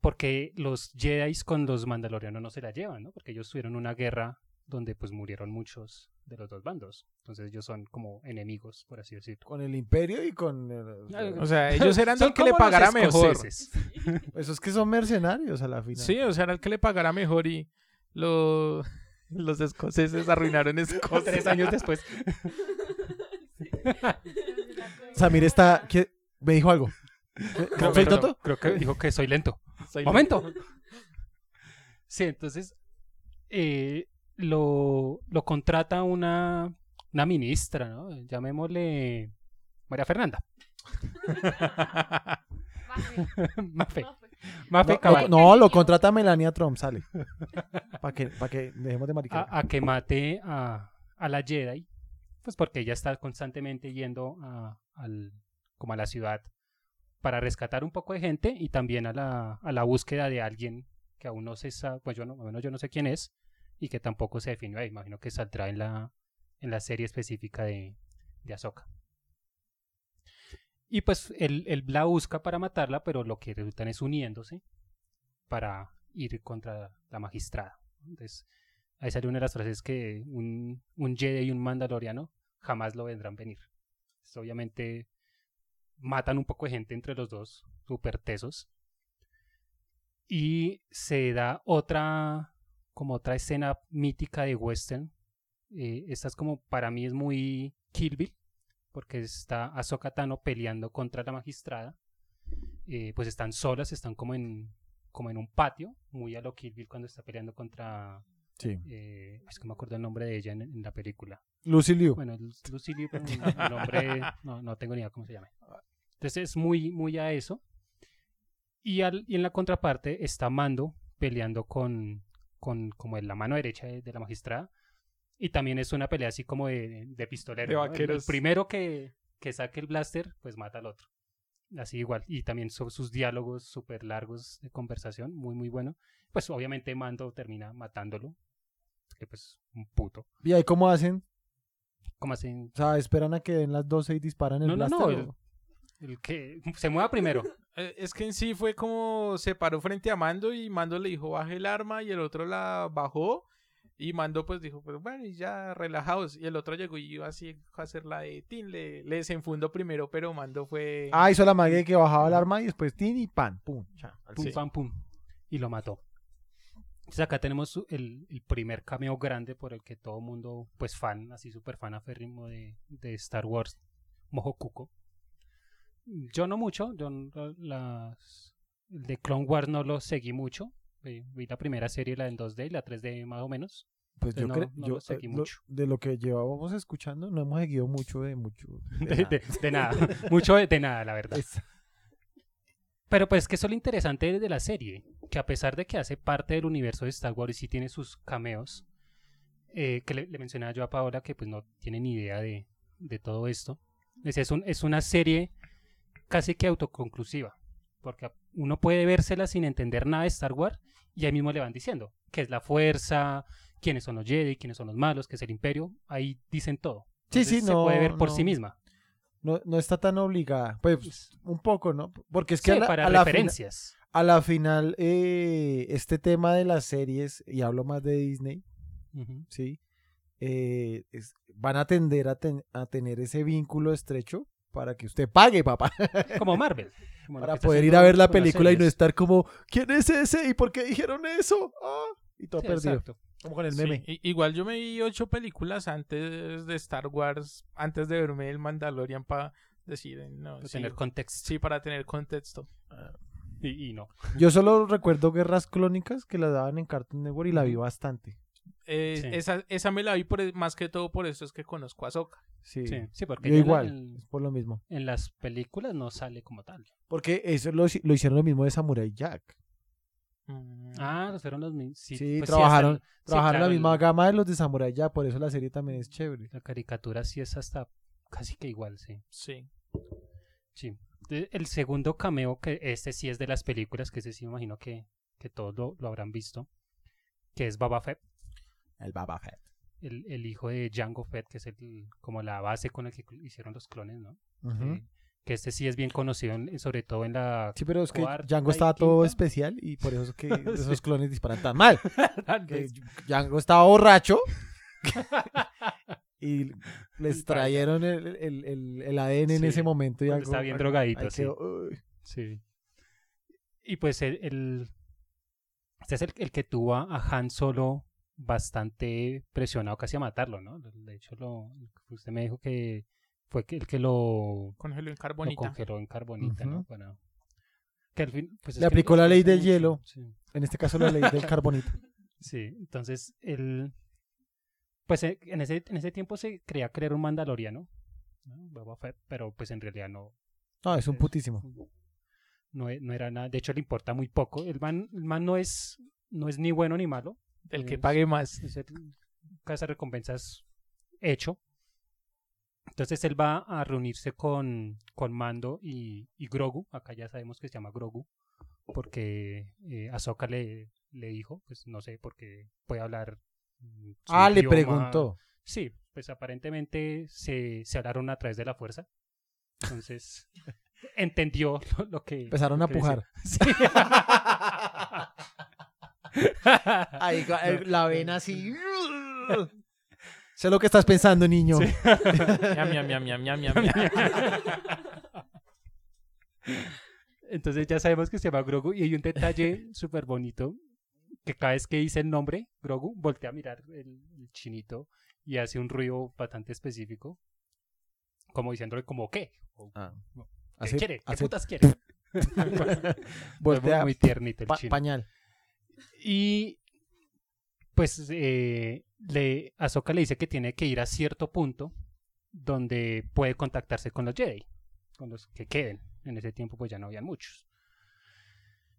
S2: Porque los Jedi con los Mandalorianos no se la llevan, ¿no? Porque ellos tuvieron una guerra donde pues murieron muchos de los dos bandos. Entonces ellos son como enemigos, por así decirlo.
S1: Con el imperio y con... el-
S2: Ah,
S4: o sea, ellos eran
S2: Son
S4: el que le
S2: como los
S4: pagara mejor.
S2: escoceses.
S1: Esos que son mercenarios a la final.
S4: Sí, o sea, era el que le pagara mejor y lo- los escoceses arruinaron Escocia.
S2: Tres años después.
S1: Samir está... ¿qué? Me dijo algo.
S2: Creo,
S1: ¿Soy
S2: creo-
S1: tonto?
S2: creo que dijo que soy lento.
S4: Soy-
S2: ¡Momento! Sí, entonces eh, lo, lo contrata una, una ministra, ¿no? Llamémosle María Fernanda. Mafe. Mafe
S1: No,
S2: Cabal.
S1: lo- no, lo contrata Melania Trump, sale. Para que, pa' que dejemos de maricar.
S2: A, a que mate a, a la Jedi, pues porque ella está constantemente yendo a, al, como a la ciudad para rescatar un poco de gente y también a la, a la búsqueda de alguien que aún no se sabe, pues yo no, bueno, yo no sé quién es y que tampoco se definió ahí. Imagino que saldrá en la, en la serie específica de, de Ahsoka. Y pues él, él la busca para matarla, pero lo que resultan es uniéndose para ir contra la magistrada. Entonces, Ahí sale una de las frases que un, un Jedi y un Mandaloriano jamás lo vendrán venir. Entonces, obviamente matan un poco de gente entre los dos, super tesos. Y se da otra, como otra escena mítica de western. Eh, esta es como, para mí es muy Kill Bill, porque está Ahsoka Tano peleando contra la magistrada. Eh, pues están solas, están como en, como en un patio, muy a lo Kill Bill cuando está peleando contra
S1: Sí.
S2: eh, es que no me acuerdo el nombre de ella en, en la película.
S1: Lucy Liu.
S2: Bueno, Lu- Lucy Liu, pero el nombre no, no tengo ni idea cómo se llama. Entonces es muy, muy a eso. Y, al, y en la contraparte está Mando peleando con, con como en la mano derecha de, de la magistrada. Y también es una pelea así como de, de pistolero.
S4: De
S2: ¿no? El- El,
S4: vaqueros.
S2: primero que, que saque el blaster, pues mata al otro. Así igual. Y también son sus diálogos súper largos de conversación, muy, muy bueno. Pues obviamente Mando termina matándolo. Que pues un puto.
S1: ¿Y ahí cómo hacen?
S2: Como así,
S1: O sea, esperan a que den las 12 y disparan el
S2: No, no,
S1: blaster.
S2: no,
S1: o-
S2: el- el que se mueva primero.
S4: Eh, Es que en sí fue como se paró frente a Mando y Mando le dijo baje el arma y el otro la bajó y Mando pues dijo pues bueno y ya relajados y el otro llegó y iba así a hacer la de Tin, le, le desenfundó primero pero Mando fue...
S1: Ah, hizo la mague que bajaba el arma y después tin y pan, pum, cha, al
S2: pum,
S1: piso.
S2: pam, pum. Y lo mató. Entonces acá tenemos su- el, el primer cameo grande por el que todo mundo, pues fan, así súper fan aférrimo de, de Star Wars, Mojo Cuco. Yo no mucho, yo n- las, el de Clone Wars no lo seguí mucho. eh, Vi la primera serie, la en 2D y la 3D más o menos.
S1: Pues yo
S2: no,
S1: creo,
S2: no
S1: yo,
S2: lo seguí
S1: eh,
S2: mucho.
S1: de lo que llevábamos escuchando, no hemos seguido mucho de mucho. de
S2: De,
S1: nada.
S2: de- de nada, mucho de, de nada, la verdad.
S1: Es-
S2: Pero pues que eso es lo interesante de la serie, que a pesar de que hace parte del universo de Star Wars y sí tiene sus cameos, eh, que le, le mencionaba yo a pues, Paola que pues no tiene ni idea de, de todo esto, es, es, un- es una serie casi que autoconclusiva, porque uno puede vérsela sin entender nada de Star Wars y ahí mismo le van diciendo qué es la fuerza, quiénes son los Jedi, quiénes son los malos, qué es el imperio, ahí dicen todo.
S1: Sí, sí,
S2: Se
S1: no,
S2: puede ver por
S1: no.
S2: sí misma.
S1: No, no está tan obligada. Pues un poco, ¿no? Porque es que
S2: Sí,
S1: a, la,
S2: para
S1: a la fina-
S2: referencias.
S1: a la final, eh, este tema de las series, y hablo más de Disney,
S2: Ujú.
S1: ¿sí? Eh, es- van a tender a, ten- a tener ese vínculo estrecho para que usted pague, papá,
S2: Como Marvel. como lo que
S1: para
S2: está
S1: poder ir
S2: haciendo
S1: a ver la
S2: con las
S1: película y no
S2: series.
S1: estar como, ¿quién es ese? ¿Y por qué dijeron eso? Ah", y todo
S2: Sí,
S1: perdido.
S2: exacto.
S1: Como con el
S4: Sí,
S1: meme.
S4: i- igual yo me vi ocho películas antes de Star Wars, antes de verme el Mandalorian para decir, eh, no,
S2: Para
S4: sí,
S2: pues, tener contexto.
S4: sí, para tener contexto.
S2: Y, y no.
S1: Yo solo recuerdo Guerras Clónicas que la daban en Cartoon Network y la vi bastante.
S4: Eh,
S2: Sí.
S4: esa, esa me la vi por, e, más que todo por eso es que conozco a Soka.
S1: Sí.
S2: Sí, sí, porque
S1: Yo
S2: ya en-
S1: igual,
S2: En,
S1: es por lo mismo.
S2: en las películas no sale como tal.
S1: Porque eso lo, lo hicieron lo mismo de Samurai Jack.
S4: Mm,
S2: Ah, los fueron los mismos. Sí,
S1: Sí,
S2: pues
S1: trabajaron-
S2: hasta- sí,
S1: Trabajaron
S2: claro,
S1: la misma
S2: el-
S1: gama de los de Samurai Jack, por eso la serie también es chévere.
S2: La caricatura sí es hasta casi que igual, sí.
S4: Sí.
S2: Sí. De- El segundo cameo, que este sí es de las películas, que ese sí me imagino que, que todos lo, lo habrán visto, que es Baba Fett,
S1: El Baba Fett.
S2: el, el hijo de Django Fett, que es el, como la base con la que hicieron los clones, ¿no?
S1: Ujú.
S2: que, que este sí es bien conocido, en- sobre todo en la...
S1: Sí, pero es que
S2: Cuarta
S1: Django
S2: y
S1: estaba todo
S2: quinta.
S1: especial y por eso es que esos clones disparan tan mal. Que
S2: Antes.
S1: Django estaba borracho y les trajeron el, el- el- el ADN en
S2: Sí,
S1: ese momento. Y
S2: cuando
S1: algo-
S2: estaba bien
S1: ahí
S2: drogadito, sí.
S1: quedó, "Uy".
S2: Sí. Y pues el, el- este es el, el que tuvo a, a Han Solo bastante presionado casi a matarlo, ¿no? De hecho, lo, usted me dijo que fue que- el que lo,
S4: Congeló en
S2: lo
S4: carbonita.
S2: congeló en carbonita, ¿no?
S1: Ujú.
S2: Para- que al fin, pues, es
S1: Le
S2: que
S1: aplicó
S2: los
S1: la ley
S2: tratan
S1: del hielo.
S2: Sí.
S1: En este caso la ley del carbonito.
S2: Sí, entonces él, pues eh, en ese, en ese tiempo se creía creer un mandaloriano, ¿no? Boba Fett, pero pues en realidad no,
S1: No, es un
S2: Es-
S1: putísimo.
S2: no, e- no era nada, de hecho le importa muy poco, el man, el man no, es, no es ni bueno ni malo,
S4: El que
S2: Es-
S4: pague más.
S2: es el casa recompensas hecho. Entonces él va a reunirse con, con Mando y, y Grogu, acá ya sabemos que se llama Grogu, porque eh, Ahsoka le, le dijo, pues no sé, porque puede hablar... mm, su
S1: Ah, le
S2: idioma,
S1: preguntó.
S2: Sí, pues aparentemente se, se hablaron a través de la fuerza. Entonces, entendió lo, lo que.
S1: Empezaron
S2: lo
S1: a
S2: que decía.
S1: pujar.
S2: Sí.
S1: Ahí, la ven así. sé lo que estás pensando, niño.
S2: Sí.
S4: Ñam, ñam, ñam, ñam, ñam, ñam, ñam.
S2: Entonces ya sabemos que se llama Grogu y hay un detalle súper bonito que cada vez que dice el nombre, Grogu, voltea a mirar el, el chinito y hace un ruido bastante específico, como diciéndole como qué, o,
S1: Ah.
S2: ¿Qué
S1: Hace-
S2: quiere, qué
S1: hace-
S2: putas quiere.
S1: Voltea,
S2: muy tiernito el
S1: pa-
S2: chino.
S1: pañal.
S2: Y pues eh, le, Ahsoka le dice que tiene que ir a cierto punto donde puede contactarse con los Jedi, con los que queden. En ese tiempo pues ya no habían muchos.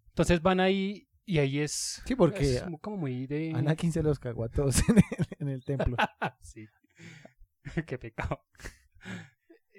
S2: Entonces van ahí y ahí es...
S1: Sí, porque
S2: es como muy de...
S1: Anakin se los cagó a todos en el, en el templo.
S2: Sí. Qué pecado.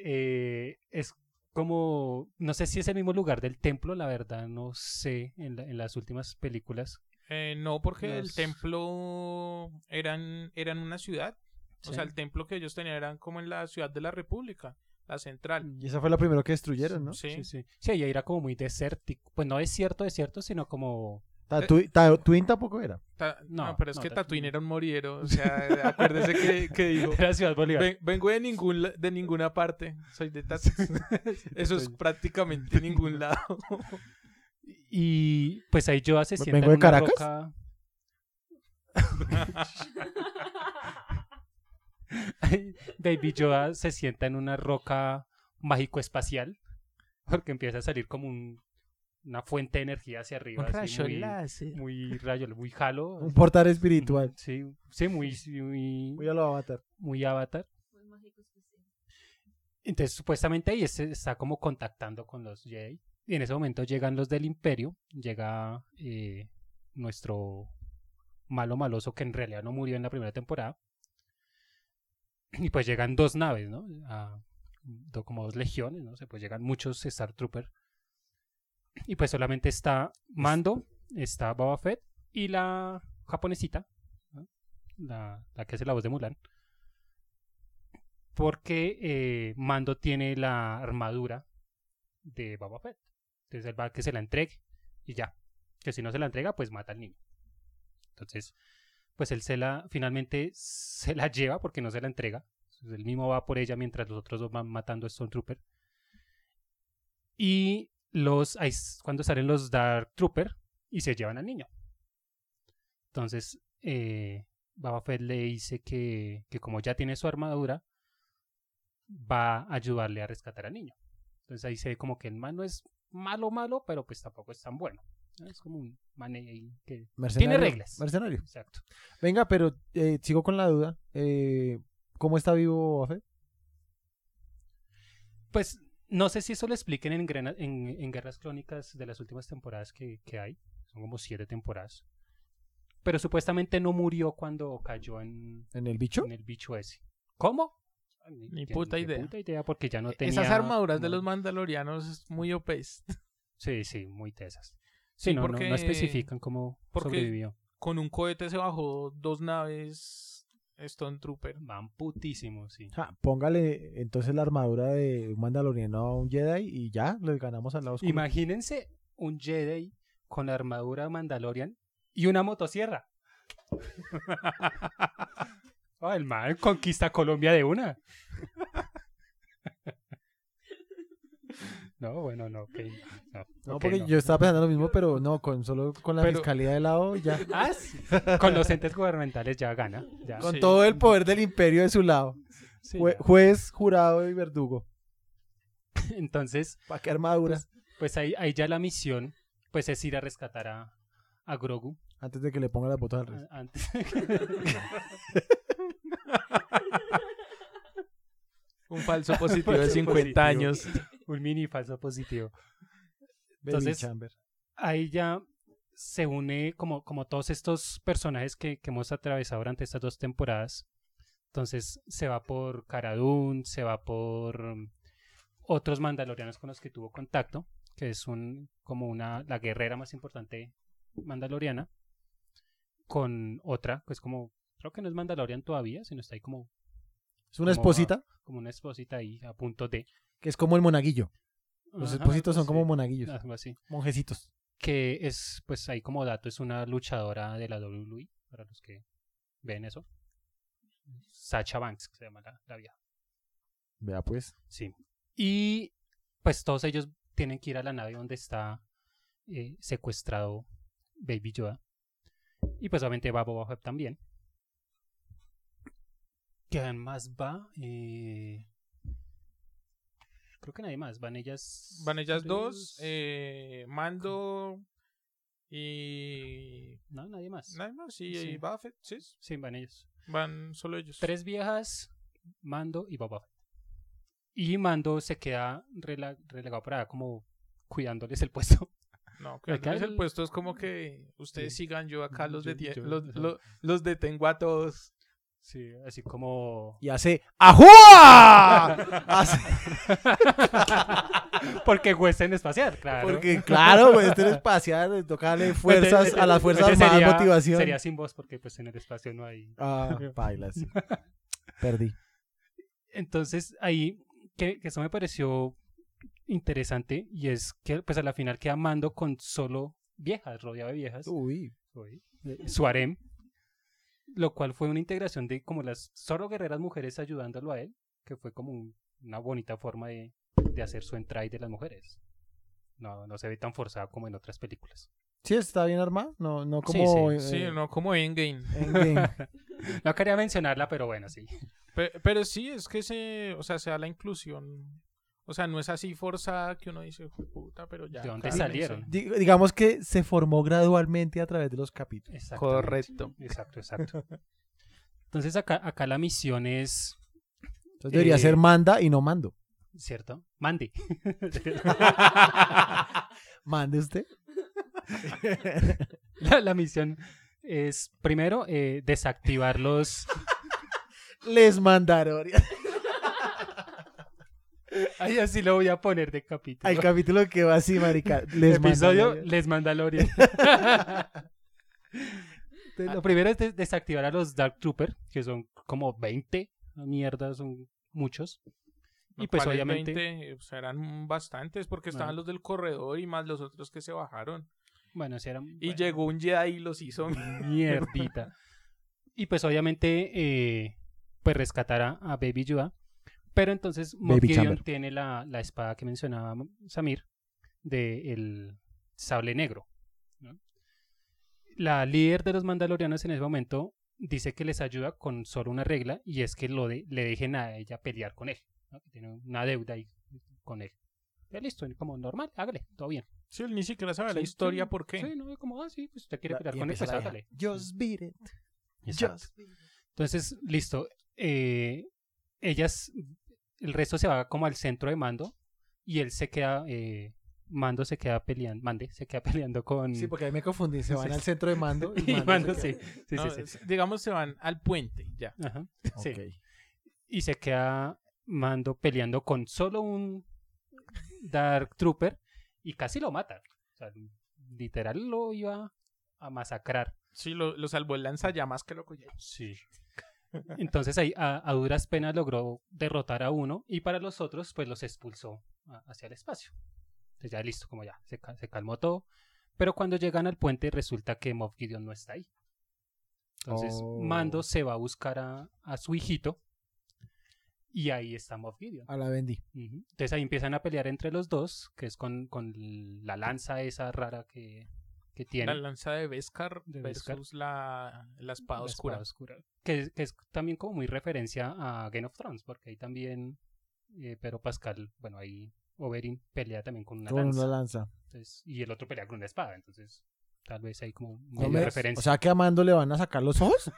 S2: Eh, es como... No sé si es el mismo lugar del templo, la verdad no sé, en, la- en las últimas películas.
S4: Eh, no, porque el
S2: Los-
S4: templo eran, eran una ciudad. O
S2: Sí.
S4: sea, el templo que ellos tenían eran como en la ciudad de la República, la central.
S1: Y esa fue la primera que destruyeron, ¿no?
S4: Sí.
S2: Sí, sí. Sí, ahí era como muy desértico. Pues no desierto, desierto, sino como.
S1: Tatu- ta- Twin tampoco era.
S4: Ta- no,
S2: No,
S4: pero es
S2: no, mm.
S4: que
S2: Tatooine.
S4: Tatooine era un moriero. O sea, acuérdese que, que digo.
S2: Era Ciudad Bolívar.
S4: "Ven- vengo de ningún la- de ninguna parte. Soy de Tatooine. Eso es prácticamente ningún lado.
S2: Y pues ahí yo se
S1: ¿Vengo
S2: sienta en
S1: de
S2: una
S1: Caracas?
S2: roca. Baby Yoda se sienta en una roca mágico-espacial porque empieza a salir como un- una fuente de energía hacia arriba. así muy, muy rayo, muy halo.
S1: Un portal espiritual.
S2: Sí, sí, muy, muy,
S1: Voy a lo avatar.
S2: muy avatar.
S5: Pues
S2: Entonces, supuestamente ahí se está como contactando con los Jedi. Y en ese momento llegan los del Imperio. Llega eh, nuestro malo maloso que en realidad no murió en la primera temporada. Y pues llegan dos naves, ¿no? A- do- como dos legiones, ¿no? Se pues llegan muchos Star Trooper. Y pues solamente está Mando, está Boba Fett y la japonesita, ¿no? la, la que hace la voz de Mulan. Porque eh, Mando tiene la armadura de Boba Fett. Entonces él va a que se la entregue y ya. Que si no se la entrega, pues mata al niño. Entonces, pues él se la, finalmente se la lleva porque no se la entrega. Entonces, él mismo va por ella mientras los otros dos van matando a Stone Trooper. Y los, ahí es cuando salen los Dark Trooper y se llevan al niño. Entonces, eh, Boba Fett le dice que, que como ya tiene su armadura, va a ayudarle a rescatar al niño. Entonces ahí se ve como que el man no es malo, malo, pero pues tampoco es tan bueno. ¿no? Es como un man ahí que...
S1: Mercenario,
S2: reglas.
S1: Mercenario.
S2: Exacto.
S1: Venga, pero eh, sigo con la duda. eh, ¿Cómo está vivo Boba Fett?
S2: Pues no sé si eso lo expliquen en, Grena- en, en Guerras Crónicas de las últimas temporadas que, que hay. Son como siete temporadas. Pero supuestamente no murió cuando cayó en,
S1: ¿En el bicho?
S2: en el bicho ese. ¿Cómo? Ni,
S4: puta idea.
S2: puta idea porque ya no tenía...
S4: E-, Esas armaduras de
S2: como-
S4: los mandalorianos es muy OPs.
S2: Sí, sí, muy tesas. Sí, no, no- no,
S4: porque-
S2: especifican cómo
S4: porque-
S2: sobrevivió.
S4: Con un cohete se bajó dos naves Stone Trooper.
S2: Van putísimo, sí.
S1: Ja, póngale entonces la armadura de un mandaloriano a un Jedi y ya, le ganamos al lado oscuro.
S2: Imagínense un Jedi con la armadura Mandalorian y una motosierra. Ah, el mal conquista Colombia de una. no, bueno, no, ok, no,
S1: no,
S2: ok,
S1: porque
S2: no.
S1: yo estaba pensando lo mismo, pero no, con solo con la
S4: Pero-
S1: fiscalía de lado y ya.
S2: Ah, sí. Con los entes gubernamentales ya gana. ya,
S1: Con
S4: Sí.
S1: todo el poder del imperio de su lado.
S2: sí,
S1: Jue-
S2: ya.
S1: juez, jurado y verdugo.
S2: Entonces,
S1: ¿Para qué armadura?
S2: pues ahí, ahí ya la misión pues es ir a rescatar a, a Grogu.
S1: Antes de que le ponga las botas al rey.
S2: a- antes-
S4: Un falso positivo de
S2: Falso
S4: 50
S2: positivo.
S4: años.
S2: un mini falso positivo.
S1: Baby
S2: Entonces-
S1: Chamber.
S2: ahí ya se une como, como todos estos personajes que, que hemos atravesado durante estas dos temporadas. Entonces se va por Cara Dune, se va por mm, otros mandalorianos con los que tuvo contacto, que es un, como una, la guerrera más importante mandaloriana, con otra, pues como, creo que no es mandalorian todavía, sino está ahí como,
S1: Es una
S2: como-
S1: esposita
S2: como una esposita ahí a punto de...
S1: que es como el monaguillo. Los
S2: Ajá,
S1: espositos son
S2: sí,
S1: como monaguillos,
S2: algo así.
S1: monjecitos.
S2: que es, pues ahí como dato, es una luchadora de la WWE, para los que ven eso. Sacha Banks, que se llama la, la vieja.
S1: Vea pues.
S2: Sí. Y pues todos ellos tienen que ir a la nave donde está eh, secuestrado Baby Yoda. Y pues obviamente va Boba Fett también. ¿Quién más va? Eh, Creo que nadie más. Van ellas.
S4: Van ellas dos, eh, Mando y...
S2: No, nadie más.
S4: Nada más, y,
S2: Sí.
S4: y Buffett, sí,
S2: Sí, van ellos.
S4: van solo ellos.
S2: tres viejas, Mando y Boba Fett. Y Mando se queda rela- relegado para allá como cuidándoles el puesto.
S4: No, que
S2: Acá
S4: acá el
S2: el-
S4: puesto es como que ustedes
S2: Sí.
S4: sigan, yo acá los,
S2: Yo-
S4: detien-
S2: yo-
S4: los,
S2: ajá.
S4: lo- los detengo a todos.
S2: Sí, así como...
S1: Y hace ¡Ajúa! Hace-
S2: Porque Western espacial, claro.
S1: Porque claro, pues esto es espacial, tocarle fuerzas
S2: Entonces,
S1: a las fuerzas
S2: entonces
S1: armadas
S2: este sería-
S1: motivación.
S2: Sería sin voz porque pues en el espacio no hay...
S1: Ah, bailas. Perdí.
S2: Entonces ahí, que, que eso me pareció interesante y es que pues a la final queda Mando con solo viejas, rodeado de viejas.
S1: Uy.
S2: Uy, de- eh, su harem, lo cual fue una integración de como las zorro guerreras mujeres ayudándolo a él, que fue como un- una bonita forma de, de hacer su entrada y de las mujeres. No, no se ve tan forzada como en otras películas.
S1: Sí, está bien armada. No, no
S2: Sí,
S1: como. eh,
S4: Sí, no, como Endgame.
S1: Endgame.
S2: No quería mencionarla, pero bueno, sí.
S4: Pe- Pero, sí, es que se, o sea, se da la inclusión. O sea, no es así forzada que uno dice, "Jue puta, pero ya.
S2: ¿De dónde
S4: cálmense".
S2: salieron?
S1: Dig- digamos que se formó gradualmente a través de los capítulos.
S2: Exactamente.
S4: Correcto.
S2: Exacto, exacto. Entonces acá, acá la misión es,
S1: Entonces debería
S2: Eh,
S1: ser manda y no mando.
S2: ¿cierto? Mande.
S1: Mande usted.
S2: La, la misión es, primero, eh, desactivar los...
S1: Les mandaron.
S2: Ahí así lo voy a poner de capítulo.
S1: Al capítulo que va así, marica. Les
S2: Episodio
S1: mando-
S2: Les Mandalorian. Entonces,
S1: Ah,
S2: lo primero es des- desactivar a los Dark Trooper, que son como 20. Mierda, son muchos. Y pues
S4: ¿Cuáles
S2: obviamente...
S4: 20? O sea, eran bastantes porque estaban
S2: Bueno.
S4: los del corredor y más los otros que se bajaron.
S2: Bueno, si eran...
S4: Y
S2: bueno.
S4: llegó un Jedi y los hizo.
S2: Mierdita. Y pues obviamente, eh, pues rescatar a, a Baby Yoda. Pero entonces Moff
S1: Baby
S2: Gideon
S1: Chamber.
S2: tiene la, la espada que mencionaba Samir del sable negro. ¿no? La líder de los mandalorianos en ese momento dice que les ayuda con solo una regla y es que lo de- le dejen a ella pelear con él. ¿no? Que Tiene una deuda ahí con él. Ya listo, como normal, hágale, todo bien.
S4: Sí, él ni siquiera sabe Ah, la
S2: Sí,
S4: historia
S2: sí,
S4: por qué.
S2: Sí, no, como, ah, sí, pues usted quiere
S1: La-
S2: pelear
S1: y
S2: con él,
S1: empieza
S2: pues
S1: la
S2: hágale.
S1: vieja, Just beat it.
S2: Exacto.
S1: just beat it".
S2: Entonces, listo. eh, ellas, el resto se va como al centro de mando y él se queda, eh, mando se queda peleando, mande, se queda peleando con...
S1: Sí, porque ahí me confundí. Se van
S2: Sí.
S1: al centro de mando. Y,
S2: y mando,
S1: se Ah,
S2: sí, sí,
S4: No,
S2: sí, sí.
S4: es- Digamos, se van al puente ya.
S2: Ajá,
S1: queda-
S2: sí.
S1: Ok.
S2: Y se queda mando peleando con solo un Dark Trooper y casi lo mata. O sea, literal lo iba a masacrar.
S4: Sí, lo, lo salvó el lanzallamas que lo cogió.
S2: Sí. Entonces ahí a, a duras penas logró derrotar a uno y para los otros pues los expulsó a- hacia el espacio. Entonces ya listo, como ya, se, ca- se calmó todo. Pero cuando llegan al puente resulta que Moff Gideon no está ahí. Entonces
S1: Oh.
S2: Mando se va a buscar a, a su hijito y ahí está Moff Gideon.
S1: A la vendí.
S2: Ujú. Entonces ahí empiezan a pelear entre los dos, que es con, con la lanza esa rara que, que tiene.
S4: La lanza de Beskar
S2: De Beskar.
S4: versus La, la espada
S2: La
S4: oscura.
S2: espada oscura. Que, es- que es también como muy referencia a Game of Thrones, porque ahí también eh, Pedro Pascal, bueno, ahí Oberyn pelea también con una
S1: Con
S2: lanza.
S1: una lanza.
S2: entonces, y el otro pelea con una espada, entonces tal vez hay como
S1: No
S2: una
S1: me-
S2: referencia.
S1: O sea, que a Mando le van a sacar los ojos.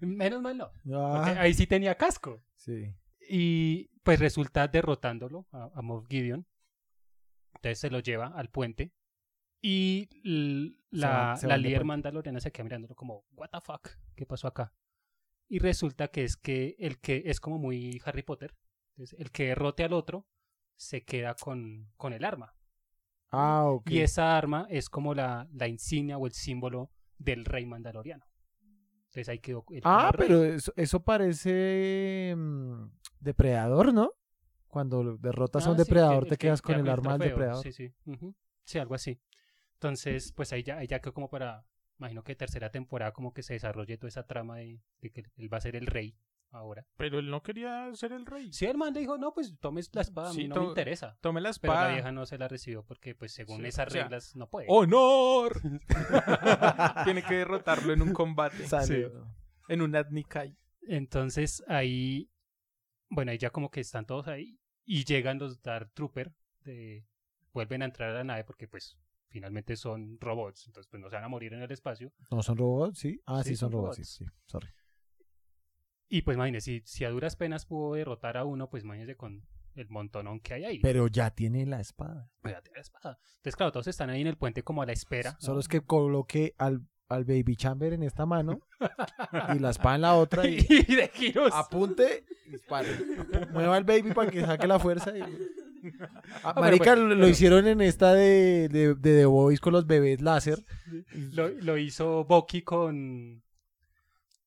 S2: Menos mal no, porque
S1: Ah,
S2: ahí sí tenía casco.
S1: sí.
S2: Y pues resulta derrotándolo a, a Moff Gideon. Entonces se lo lleva al puente. Y l- la,
S1: van- se
S2: la
S1: van de
S2: líder
S1: puente.
S2: mandaloriana se queda mirándolo como, ¿What the fuck? ¿Qué pasó acá? Y resulta que es que el que es como muy Harry Potter. Entonces, el que derrote al otro se queda con, con el arma.
S1: Ah, ok.
S2: Y esa arma es como la, la insignia o el símbolo del rey mandaloriano. Entonces ahí quedó. el
S1: Ah,
S2: primer rey.
S1: pero eso, eso parece mm, depredador, ¿no? Cuando lo- derrotas a
S2: Ah,
S1: un
S2: sí,
S1: depredador,
S2: que-
S1: te
S2: que
S1: quedas con
S2: queda
S1: el arma del
S2: trofeo,
S1: depredador.
S2: Sí, sí. ujú, Sí, algo así. Entonces, pues ahí ya, ahí ya quedó como para, imagino que tercera temporada como que se desarrolle toda esa trama de, de que él va a ser el rey ahora.
S4: Pero él no quería ser el rey.
S2: Sí, el man le dijo, no, pues tomes la espada, a mí
S4: Sí,
S2: no
S4: to-
S2: me interesa.
S4: Tomé la
S2: Pero la
S4: espada.
S2: vieja no se la recibió porque, pues según
S4: Sí,
S2: esas
S4: o sea,
S2: reglas, no puede.
S4: ¡Honor! Tiene que derrotarlo en un combate.
S1: Sale.
S4: En un Adnikai.
S2: Entonces ahí, bueno, ahí ya como que están todos ahí y llegan los Dark Trooper, de, vuelven a entrar a la nave porque pues finalmente son robots, entonces pues no se van a morir en el espacio.
S1: No, son robots, sí. Ah,
S2: Sí,
S1: sí,
S2: son
S1: son robots, sí,
S2: robots.
S1: sí. Sorry.
S2: Y pues imagínese, si, si a duras penas pudo derrotar a uno, pues imagínese con el montonón que hay ahí.
S1: Pero ya tiene la espada.
S2: Pues, ya tiene la espada. Entonces, claro, todos están ahí en el puente como a la espera. ¿no?
S1: Solo es que coloque al, al baby chamber en esta mano y la espada en la otra y
S2: y de giros.
S1: apunte, dispare. Apu- Mueva al baby para que saque la fuerza. y- Ah,
S2: pero
S1: Marica,
S2: pues,
S1: lo- lo
S2: pero-
S1: hicieron en esta de, de, de The Boys con los bebés láser.
S2: Lo, lo hizo Bucky con.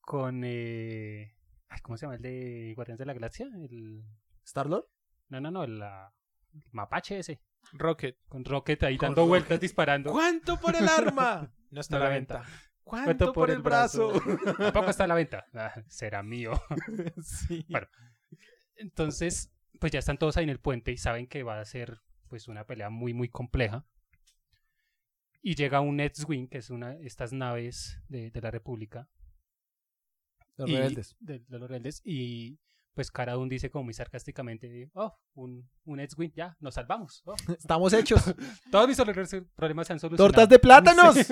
S2: Con. eh, ay, ¿Cómo se llama? El de Guardianes de la Galaxia. El,
S1: ¿Starlord?
S2: no, no, no, el, la- el mapache ese.
S4: Rocket.
S2: Con Rocket ahí
S4: Con
S2: dando
S4: Rocket.
S2: vueltas, disparando.
S4: ¿Cuánto por el arma? No está a
S2: No
S4: la
S2: la
S4: venta. ¿Cuánto,
S2: Cuento
S4: por, el brazo?
S2: Tampoco está a la venta. Ah, será mío.
S4: sí.
S2: Bueno, Entonces, pues ya están todos ahí en el puente y saben que va a ser pues una pelea muy muy compleja. Y llega un X-Wing, que es una estas naves de, de la República.
S1: Los
S2: y-
S1: rebeldes.
S2: De, de los rebeldes. Y pues Cara Dune dice como muy sarcásticamente, oh, un, un X-Wing, ya, nos salvamos. oh,
S1: Estamos hechos.
S2: todos mis solu- problemas se han solucionado.
S1: ¡Tortas de plátanos!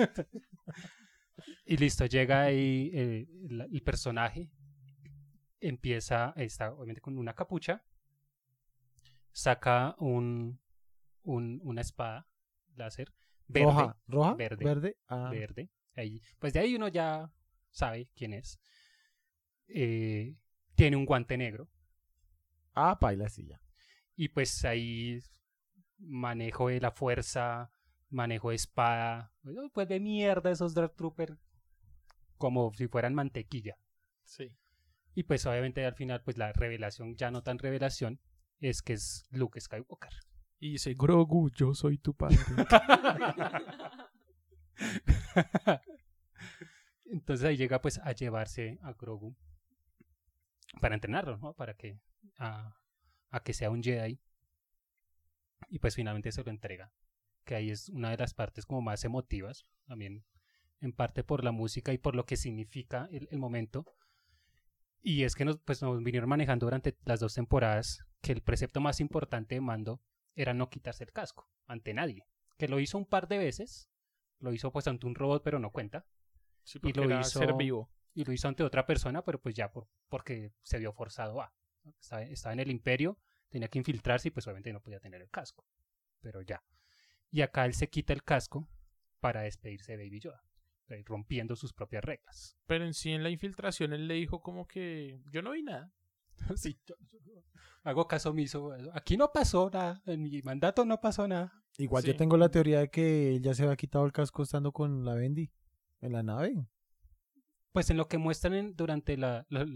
S2: Sí. y listo, llega ahí eh, la- el, personaje. Empieza, está obviamente con una capucha. Saca un, un- una espada láser verde.
S1: Roja, roja,
S2: verde.
S1: verde. Ah,
S2: verde. Ahí, pues de ahí uno ya sabe quién es. Eh, tiene un guante negro
S1: ah paila, sí, ya.
S2: Y pues ahí manejo de la fuerza, manejo de espada. Bueno, Pues de mierda esos Dark Trooper. Como si fueran mantequilla.
S4: Sí.
S2: Y pues obviamente al final, pues la revelación, ya no tan revelación, es que es Luke Skywalker.
S4: Y dice,
S3: Grogu, yo soy tu padre.
S2: Entonces ahí llega pues a llevarse a Grogu para entrenarlo, ¿no? Para que a, a que sea un Jedi. Y pues finalmente se lo entrega. Que ahí es una de las partes como más emotivas, también en parte por la música y por lo que significa el, el momento. Y es que nos, pues, nos vinieron manejando durante las dos temporadas que el precepto más importante de Mando era no quitarse el casco ante nadie. Que lo hizo un par de veces. Lo hizo pues ante un robot, pero no cuenta
S4: sí, porque
S2: lo
S4: era
S2: hizo-
S4: ser vivo.
S2: y lo hizo ante otra persona, pero pues ya por, porque se vio forzado a. ¿no? Estaba, estaba en el imperio, tenía que infiltrarse y pues obviamente no podía tener el casco. Pero ya. Y acá él se quita el casco para despedirse de Baby Yoda, eh, rompiendo sus propias reglas.
S4: Pero en sí, en la infiltración, él le dijo como que yo no vi nada.
S2: Sí, yo- yo hago caso omiso. Aquí no pasó nada, en mi mandato no pasó nada.
S1: Igual
S4: Sí.
S1: yo tengo la teoría de que él ya se había quitado el casco estando con la Bendy en la nave.
S2: Pues en lo que muestran en- durante la, la-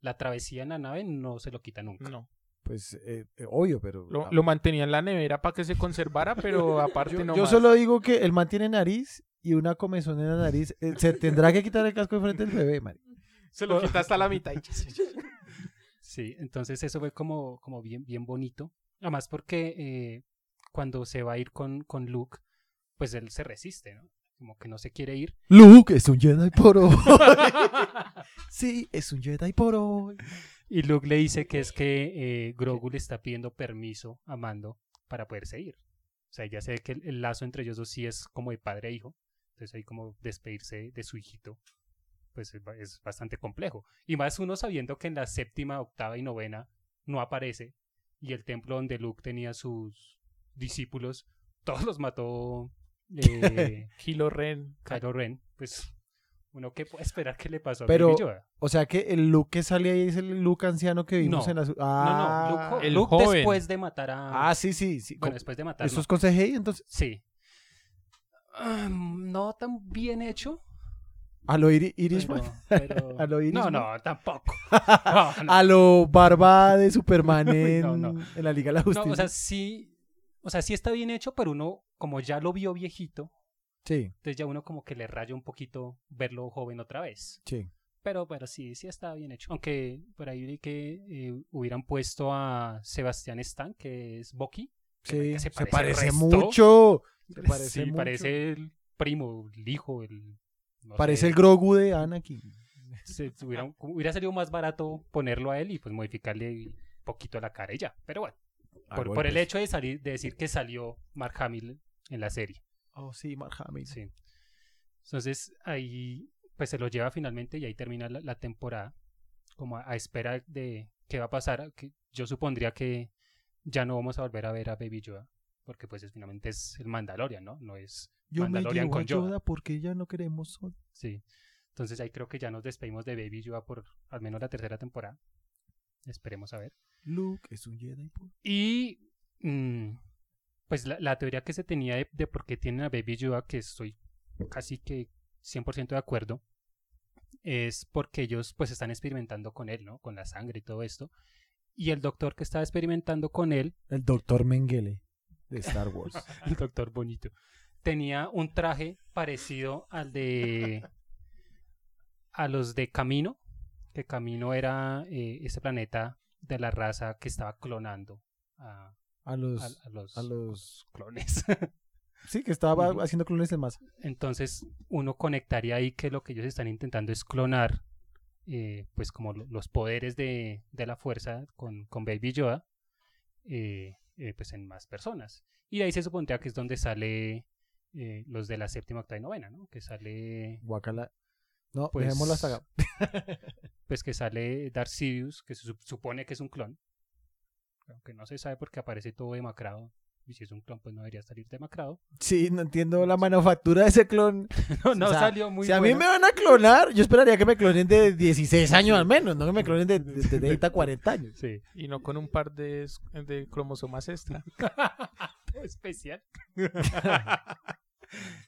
S2: la travesía en la nave no se lo quita nunca.
S4: No.
S1: Pues eh, eh, obvio, pero...
S4: Lo,
S1: ah,
S4: lo mantenía en la nevera para que se conservara, pero aparte
S1: yo
S4: no.
S1: yo
S4: más.
S1: solo digo que el man tiene nariz y una comezón en la nariz. eh, se tendrá que quitar el casco de frente del bebé, man.
S4: Se lo quita hasta la mitad. y-
S2: Sí, entonces eso fue como, como bien, bien bonito. Además porque eh, cuando se va a ir con, con Luke, pues él se resiste, ¿no? Como que no se quiere ir.
S1: Luke es un Jedi por hoy. sí, es un Jedi por hoy.
S2: Y Luke le dice que es que eh, Grogu le está pidiendo permiso a Mando para poderse ir. O sea, ya sé que el, el lazo entre ellos dos sí es como de padre e hijo. Entonces ahí como despedirse de su hijito, pues es, ba- es bastante complejo. Y más uno sabiendo que en la séptima, octava y novena no aparece. Y el templo donde Luke tenía sus discípulos, todos los mató eh,
S4: Kylo Ren.
S2: Kylo Ren. Pues uno que puede esperar que le pasó a
S1: Pero-
S2: Baby Yoda.
S1: O sea que el Luke que sale ahí es el Luke anciano que vimos
S2: No.
S1: en la... su-
S2: No, no,
S1: Ah,
S2: Luke, jo-
S4: el
S2: Luke
S4: joven.
S2: después de matar a...
S1: Ah, sí, sí. sí.
S2: Bueno,
S1: ¿Cómo-
S2: después de matar.
S1: ¿Eso
S2: no.
S1: es con CGI entonces?
S2: Sí. Ah, no tan bien hecho.
S1: ¿A lo Iri-
S2: Pero,
S1: Irishman?
S2: pero-
S1: ¿A lo
S2: No,
S1: Irishman?
S2: no, tampoco. No, no.
S1: ¿A lo barba de Superman en,
S2: No, no.
S1: en la Liga de la
S2: No,
S1: Justicia?
S2: o sea, sí. O sea, sí está bien hecho, pero uno, como ya lo vio viejito,
S1: sí,
S2: entonces ya uno como que le raya un poquito verlo joven otra vez.
S1: sí.
S2: Pero, pero sí, sí está bien hecho. Aunque por ahí vi que eh, hubieran puesto a Sebastián Stan, que es Bucky.
S1: Sí,
S2: marica,
S1: se,
S2: se
S1: parece,
S2: parece al resto.
S1: mucho. Se parece
S2: sí,
S1: mucho.
S2: parece el primo, el hijo, el. no
S1: Parece
S2: sé.
S1: el Grogu de Anakin.
S2: se- se hubiera, hubiera salido más barato ponerlo a él y pues modificarle poquito la cara y ya. Pero bueno,
S4: Ah,
S2: por, por
S4: e-
S2: el hecho de salir, de decir que salió Mark Hamill en la serie.
S1: Oh, sí, Mark Hamill.
S2: Sí. Entonces ahí pues se lo lleva finalmente y ahí termina la, la temporada como a, a espera de qué va a pasar. Que yo supondría que ya no vamos a volver a ver a Baby Yoda porque pues es- finalmente es el Mandalorian, ¿no? No es
S1: Yo me
S2: Mandalorian
S1: llevo a
S2: con Yoda.
S1: Yoda porque ya no queremos Yoda.
S2: Sí. Entonces ahí creo que ya nos despedimos de Baby Yoda por al menos la tercera temporada. Esperemos a ver.
S1: Luke es un Jedi. pues. por-
S2: Y mm, pues la, la teoría que se tenía de, de por qué tienen a Baby Yoda, que estoy casi que 100% de acuerdo, es porque ellos pues están experimentando con él, ¿no? Con la sangre y todo esto. Y el doctor que estaba experimentando con él
S1: El Doctor Mengele de Star Wars.
S2: el doctor bonito. Tenía un traje parecido al de. a los de Camino. Que Camino era eh, ese planeta de la raza que estaba clonando a,
S1: A
S2: a-
S1: los,
S2: a los
S1: a los...
S2: clones.
S1: Sí, que estaba
S2: Ujú.
S1: haciendo clones de masa.
S2: Entonces, uno conectaría ahí que lo que ellos están intentando es clonar, eh, pues, como lo- los poderes de, de la fuerza con, con Baby Yoda, eh, eh, pues, en más personas. Y de ahí se supondría que es donde sale eh, los de la séptima, octava y novena, ¿no? Que sale,
S1: Guacala. No,
S2: Pues-
S1: dejémoslo hasta acá.
S2: pues, que sale Darth Sidious, que se sup- supone que es un clon. Aunque no se sabe porque aparece todo demacrado y si es un clon, pues no debería salir demacrado.
S1: Sí, no entiendo la manufactura de ese clon.
S2: No, no
S1: O sea,
S2: salió muy
S1: si a mí
S2: bueno.
S1: me van a clonar, yo esperaría que me clonen de 16 años al menos, no que me clonen de, de, de 30 a 40 años.
S2: Sí,
S4: Y no con un par de, s- de cromosomas extra.
S2: especial.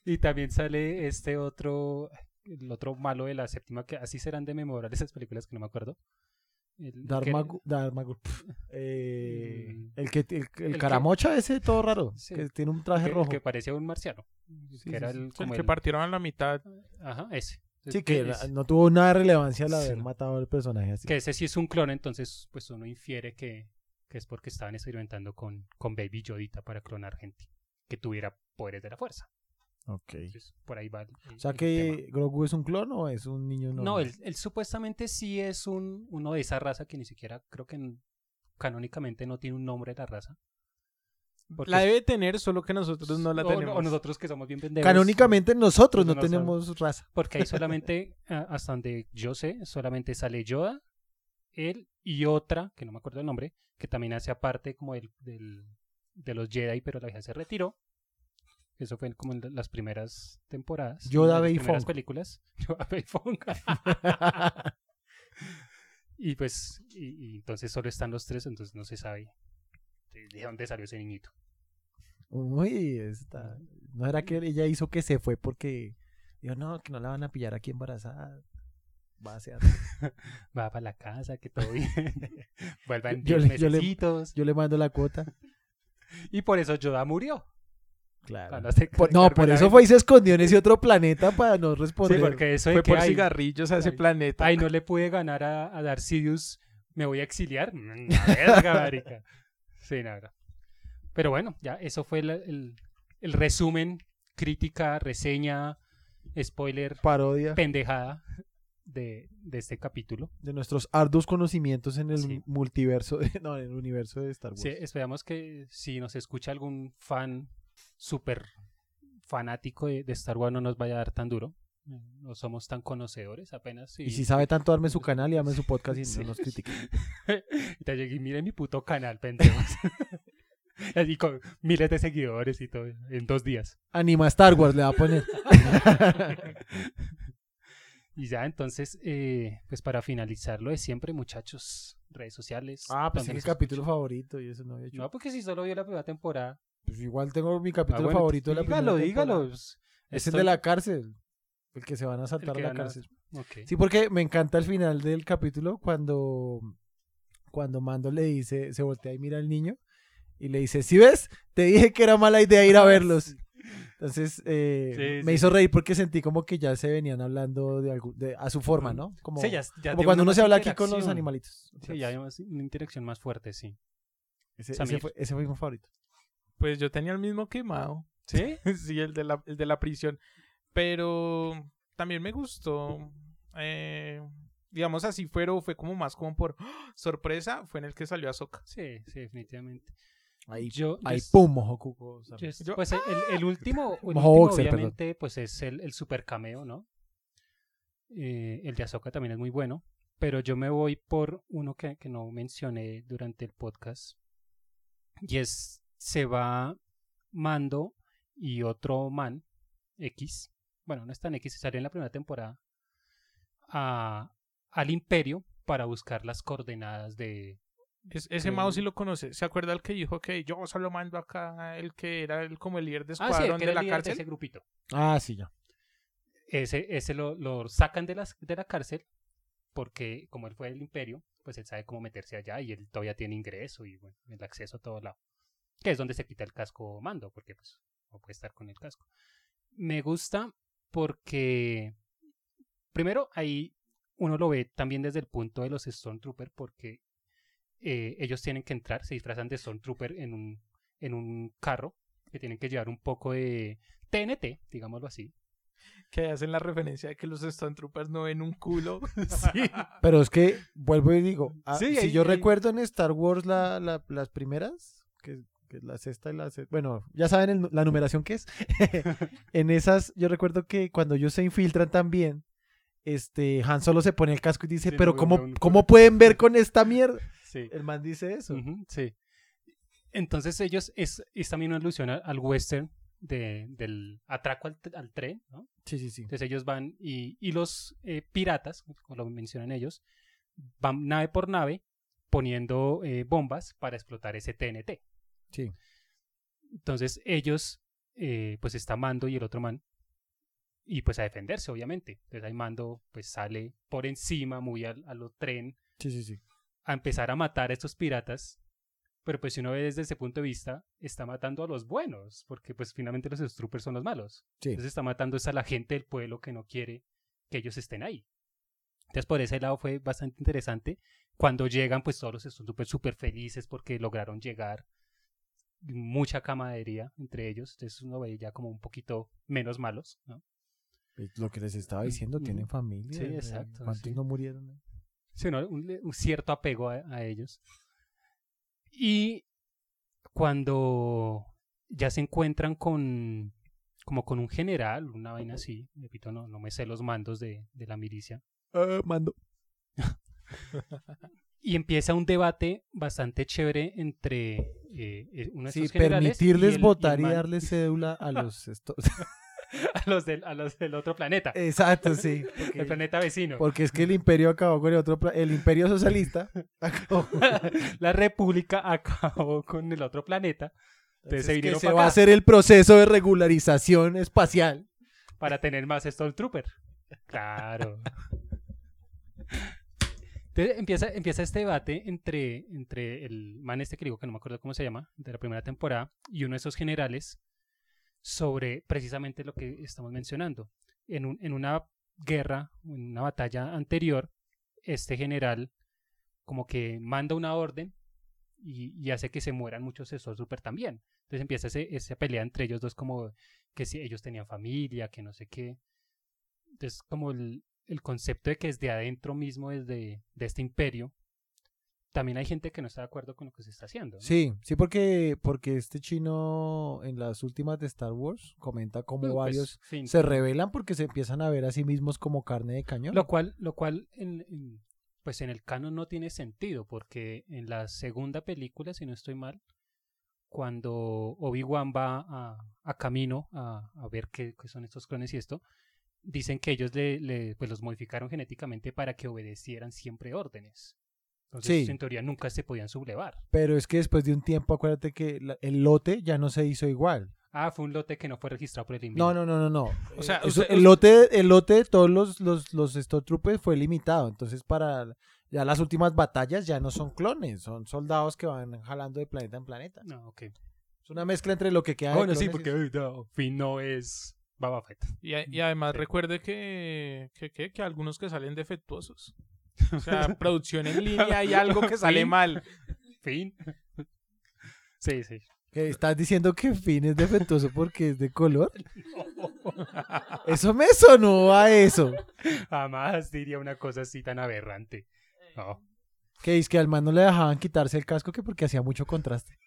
S2: y también sale este otro, el otro malo de la séptima, que así serán de memorables esas películas que no me acuerdo. El- que-
S1: Darmagu, Darmagu- pf, eh,
S2: Mm.
S1: el que el, el
S2: El que-
S1: caramocha ese todo raro,
S2: Sí.
S1: que tiene un traje
S2: que,
S1: rojo.
S2: que parecía un marciano.
S4: Sí,
S2: que era
S4: sí, sí.
S2: el,
S4: El
S2: como
S4: que
S2: el-
S4: partieron a la mitad.
S2: Ajá, ese.
S1: Sí, que la-
S2: ese,
S1: no tuvo nada de relevancia el
S2: Sí,
S1: haber
S2: no.
S1: matado al personaje así.
S2: que ese sí es un clon, entonces pues uno infiere que, que es porque estaban experimentando con, con Baby Yodita para clonar gente que tuviera poderes de la fuerza.
S1: Ok.
S2: Entonces, por ahí va. el-
S1: O sea
S2: el tema.
S1: que Grogu es un clon o es un niño
S2: No,
S1: normal?
S2: él, él supuestamente sí es un, uno de esa raza que ni siquiera creo que n- canónicamente no tiene un nombre la raza. Porque
S4: La
S2: es-
S4: debe tener, solo que nosotros no la
S2: o-
S4: tenemos.
S2: O nosotros que somos bien pendejos.
S1: Canónicamente nosotros no,
S2: No lo
S1: tenemos raza.
S2: Porque ahí solamente, a- hasta donde yo sé, solamente sale Yoda, él y otra, que no me acuerdo el nombre, que también hace parte como del, del- de los Jedi, pero la vieja se retiró. Eso fue como en la- las primeras temporadas.
S1: Yoda
S2: en las
S1: Bay
S2: primeras
S1: Fong.
S2: películas. Yoda Bay Fong. y pues, y, y entonces solo están los tres, entonces no se sabe de de dónde salió ese niñito.
S1: Uy, está. ¿No era que ella hizo que se fue porque dijo, no, que no la van a pillar aquí embarazada? Va a ser.
S2: Va para la casa, que todo bien. Vuelva en
S1: Yo
S2: 10
S1: le- yo le-
S2: mesecitos.
S1: Yo le mando la cuota.
S2: Y por eso Yoda murió.
S1: Claro.
S2: Cuando se
S1: Por- no,
S2: cargó
S1: por
S2: la
S1: eso
S2: vez.
S1: fue y se escondió en ese otro planeta para no
S2: Sí,
S1: responder.
S2: porque eso de
S4: Fue
S2: que
S4: por
S2: ay,
S4: cigarrillos a ese
S2: Ay.
S4: planeta.
S2: ay, no le pude ganar a, a Darth Sidious, me voy a exiliar. Mm, la verga, marica. Sí, nada. Pero bueno, ya, eso fue la- el, el resumen, crítica, reseña, spoiler,
S1: Parodia
S2: pendejada de, de este capítulo.
S1: de nuestros arduos conocimientos en el
S2: Sí.
S1: multiverso, de- no, en el universo de Star Wars.
S2: Sí, esperamos que si nos escucha algún fan súper fanático de, de Star Wars no nos vaya a dar tan duro. No somos tan conocedores apenas.
S1: Y si sabe tanto, arme su canal y arme su podcast y
S2: Sí.
S1: no nos critique.
S2: y te llegué, miren mi puto canal, pendejos. Así con miles de seguidores y todo en dos días.
S1: Anima Star Wars le va a poner.
S2: y ya, entonces, eh, pues para finalizar lo de siempre, muchachos, redes sociales.
S1: Ah, pues
S2: donde
S1: es mi
S2: nos
S1: capítulo
S2: escuchan.
S1: favorito y eso no había hecho.
S2: No, porque si solo vio la primera temporada.
S1: Pues igual tengo mi capítulo
S2: Ah, bueno,
S1: favorito de la
S2: dígalo,
S1: primera
S2: dígalo.
S1: temporada.
S2: Es
S1: Es el de la cárcel. El que se van a saltar
S2: que
S1: la
S2: van a-
S1: cárcel. Sí, porque me encanta el final del capítulo cuando, cuando Mando le dice, se voltea y mira al niño y le dice, si ves, te dije que era mala idea ir a verlos. Entonces eh,
S2: Ah, Sí,
S1: me
S2: sí.
S1: hizo reír porque sentí como que ya se venían hablando de, algu- de- a su forma, ¿no? Como, como
S2: tiene
S1: cuando
S2: una
S1: uno se
S2: más
S1: habla aquí con los
S2: interacción.
S1: animalitos.
S2: Sí, ya hay más- una interacción más fuerte, sí.
S1: Ese, ese
S2: Samir.
S1: fue, ese fue mi favorito.
S4: Pues yo tenía el mismo quemado.
S2: ¿Sí?
S4: sí, el de la, el de la prisión. Pero también me gustó. eh, digamos así fueron, fue como más como por ¡ah! sorpresa, fue en el que salió Ahsoka.
S2: Sí, sí, definitivamente.
S1: Ahí,
S2: Yo,
S1: ahí
S2: yo-
S1: pum, Mojo Cuco, Samir.
S2: Yes,
S4: Yo-
S2: pues el, el- el último, el
S1: Mojo
S2: último,
S1: Boxer, perdón.
S2: obviamente, pues es el, el super cameo, ¿no? Eh, el de Azoka también es muy bueno, pero yo me voy por uno que, que no mencioné durante el podcast. Y es, se va Mando y otro man, X, bueno, no es tan X, salió en la primera temporada, a- al imperio para buscar las coordenadas de...
S4: Es- ese
S2: Sí.
S4: Mao sí lo conoce. ¿Se acuerda el que dijo que yo solo mando acá el que era el, como el líder de
S2: Ah, sí,
S4: escuadrón
S2: el que
S4: de
S2: era
S4: la
S2: el líder de
S4: cárcel?
S2: ese grupito.
S1: Ah, sí, ya.
S2: ese, ese lo, lo sacan de, las, de la cárcel porque como él fue del imperio, pues él sabe cómo meterse allá y él todavía tiene ingreso y bueno, el acceso a todo lado. Que es donde se quita el casco mando, porque pues no puede estar con el casco. Me gusta porque, primero, ahí uno lo ve también desde el punto de los Stormtrooper porque eh, ellos tienen que entrar, se disfrazan de Stormtrooper en un, en un carro que tienen que llevar un poco de TNT, digámoslo así,
S4: Que hacen la referencia de que los Stormtroopers no ven un culo.
S2: Sí.
S1: Pero es que, vuelvo y digo, ah,
S4: Sí,
S1: si
S4: ahí-
S1: yo
S4: ahí-
S1: recuerdo en Star Wars la- la- las primeras, que, que es la sexta y la séptima, bueno, ya saben el nu- la numeración que es, en esas yo recuerdo que cuando ellos se infiltran también, este, Han solo se pone el casco y dice,
S2: Sí,
S1: pero
S2: no veo
S1: ¿cómo,
S2: un-
S1: ¿cómo pueden ver con esta mierda?
S2: Sí.
S1: El man dice eso.
S2: Ujú, sí. Entonces ellos, es, es también una alusión al, al western de- del atraco al, al tren, ¿no?
S1: Sí, sí, sí.
S2: Entonces ellos van y, y los eh, piratas, como lo mencionan ellos, van nave por nave poniendo eh, bombas para explotar ese TNT.
S1: Sí.
S2: Entonces ellos, eh, pues está Mando y el otro man, y pues a defenderse, obviamente. Entonces ahí Mando pues sale por encima, muy al- a lo tren,
S1: Sí, sí, sí.
S2: a empezar a matar a estos piratas. Pero pues si uno ve desde ese punto de vista, está matando a los buenos, porque pues finalmente los troopers son los malos.
S1: Sí.
S2: Entonces está matando es a la gente del pueblo que no quiere que ellos estén ahí. Entonces por ese lado fue bastante interesante. Cuando llegan, pues todos los troopers súper felices porque lograron llegar. Mucha camaradería entre ellos. Entonces uno veía ya como un poquito menos malos, ¿no?
S1: Es Lo que les estaba diciendo,
S2: Ujú.
S1: tienen familia.
S2: Sí,
S1: eh,
S2: exacto,
S1: ¿Cuántos
S2: sí.
S1: no murieron? eh?
S2: sí, ¿no? un, le- un cierto apego a, a ellos. Y cuando ya se encuentran con como con un general, una vaina así, repito, no, no me sé los mandos de, de la milicia,
S1: Ah, mando.
S2: y empieza un debate bastante chévere entre eh, eh, uno de
S1: Sí,
S2: estos generales y
S1: permitirles
S2: el- y el
S1: votar y,
S2: man-
S1: darles cédula a los... esto-
S2: a los del, a los del otro planeta,
S1: Eh, Exacto, sí. porque-
S2: el planeta vecino.
S1: Porque es que el imperio acabó con el otro... pla- El imperio socialista acabó.
S2: la república acabó con el otro planeta Entonces, se
S1: es que
S2: vinieron
S1: se
S2: pa'
S1: va a
S2: acá.
S1: hacer el proceso de regularización espacial.
S2: para tener más Stormtrooper. Claro. Entonces empieza, empieza este debate entre, entre el man este que digo que no me acuerdo cómo se llama, de la primera temporada, y uno de esos generales sobre precisamente lo que estamos mencionando. En, un- en una guerra, en una batalla anterior, este general como que manda una orden y, y hace que se mueran muchos Stormtroopers también. Entonces empieza ese- esa pelea entre ellos dos como que si ellos tenían familia, que no sé qué. Entonces, como el, el concepto de que desde adentro mismo, desde de este imperio, también hay gente que no está de acuerdo con lo que se está haciendo. ¿no?
S1: Sí, sí, porque, porque este chino en las últimas de Star Wars comenta como
S2: Pero, pues,
S1: varios
S2: fin.
S1: se rebelan porque se empiezan a ver a sí mismos como carne de cañón.
S2: Lo cual, lo cual en, en- pues en el canon no tiene sentido, porque en la segunda película, si no estoy mal, cuando Obi-Wan va a, a camino a, a ver qué, qué son estos clones y esto, dicen que ellos le, le- pues los modificaron genéticamente para que obedecieran siempre órdenes. Entonces,
S1: Sí.
S2: en teoría, nunca se podían sublevar.
S1: Pero es que después de un tiempo, acuérdate que la- el lote ya no se hizo igual.
S2: Ah, fue un lote que no fue registrado por el INVI.
S1: No, no, no, no, no.
S4: O sea,
S1: Eso-
S4: usted-
S1: el lote, el lote de todos los, los, los Stormtroopers fue limitado. Entonces, para ya las últimas batallas ya no son clones, son soldados que van jalando de planeta en planeta.
S2: No, ok. Ah,
S1: Es una mezcla entre lo que queda de
S2: bueno, sí,
S1: clones y-
S2: porque uy, no, Finn no es Baba Fett.
S4: Y, a- y además
S2: Mm, Sí.
S4: recuerde que, que, que, que algunos que salen defectuosos. O sea, producción en línea hay algo que sale
S2: Fin.
S4: mal.
S2: Finn. sí, sí.
S1: ¿Qué, ¿Estás diciendo que Finn es defectuoso porque es de color? Eso me sonó a eso.
S2: Jamás diría una cosa así tan aberrante. No.
S1: Que es que al man no le dejaban quitarse el casco que porque hacía mucho contraste.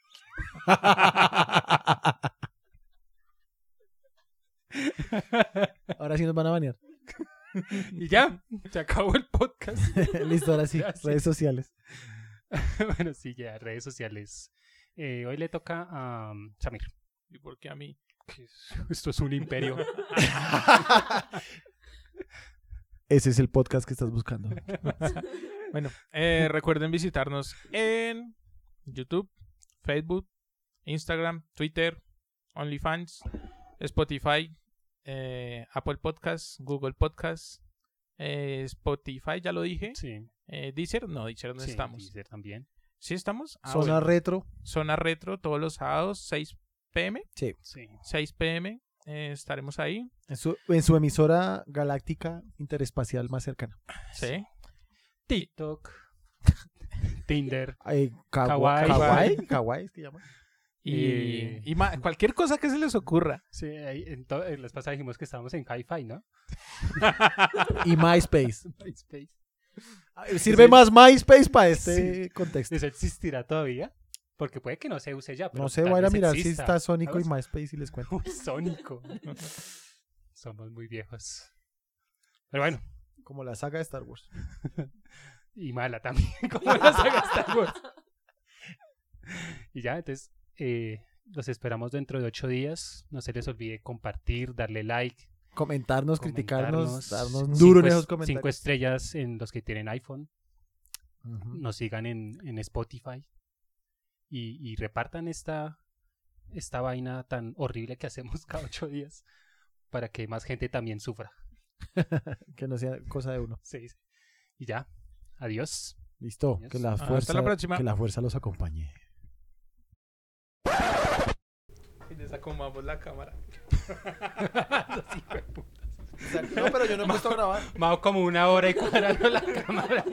S1: Ahora sí nos van a banear.
S2: Y ya, se acabó el podcast.
S1: Listo, ahora sí.
S2: Ya, sí.
S1: Redes sociales.
S2: bueno, sí, ya, redes sociales. Eh, hoy le toca a um, Samir.
S4: ¿Y por qué a mí?
S2: Esto es un imperio.
S1: Ese es el podcast que estás buscando.
S4: Bueno, eh, recuerden visitarnos en YouTube, Facebook, Instagram, Twitter, OnlyFans, Spotify, eh, Apple Podcasts, Google Podcasts, eh, Spotify, ya lo dije.
S2: Sí.
S4: Eh, Deezer, no, Deezer no
S2: sí,
S4: estamos.
S2: Deezer también.
S4: ¿Sí estamos? Ah,
S1: Zona
S4: bueno.
S1: retro.
S4: Zona Retro todos los sábados, 6 pm.
S2: Sí.
S4: 6 pm eh, estaremos ahí.
S1: En su, en su emisora galáctica interespacial más cercana.
S4: Sí.
S2: TikTok. Tinder.
S1: Eh, kawa-
S2: Kawaii.
S1: Kawaii. Kawaii, es que llaman.
S4: Y,
S2: Eh.
S4: y ma- cualquier cosa que se les ocurra.
S2: Sí, ahí en, to- en las pasadas dijimos que estábamos en Hi-Fi, ¿no?
S1: Y MySpace.
S4: Ah,
S1: Ah,
S2: MySpace.
S1: Sirve
S2: Sí.
S1: más MySpace para este contexto.
S2: ¿Eso existirá todavía? Porque puede que no se use ya. Pero
S1: No sé,
S2: tal
S1: voy a ir a
S2: vez
S1: mirar si
S2: exista.
S1: está Sónico y
S2: ¿Sabes?
S1: MySpace y les cuento.
S2: Uy, Sónico. Somos muy viejos. Pero bueno,
S1: Como la saga de Star Wars.
S2: y mala también, como la saga Star Wars. Y ya, entonces, eh, los esperamos dentro de ocho días. No se les olvide compartir, darle like,
S1: Comentarnos, criticarnos,
S2: comentarnos,
S1: darnos
S2: cinco
S1: duro en
S2: es-
S1: esos
S2: Cinco
S1: comentarios.
S2: estrellas en los que tienen iPhone.
S1: Ujú.
S2: nos sigan en, en Spotify y, y repartan esta, esta vaina tan horrible que hacemos cada ocho días para que más gente también sufra.
S1: Que no sea cosa de uno.
S2: Sí, sí. Y ya, adiós.
S1: Listo.
S2: Yes.
S1: Que la
S4: Hasta la
S1: fuerza,
S4: próxima.
S1: que la fuerza los acompañe.
S4: Y les acomodamos la cámara.
S2: Los hijueputas.
S1: No, pero yo no he puesto a grabar.
S2: Mao como una hora y cuadrando la cámara.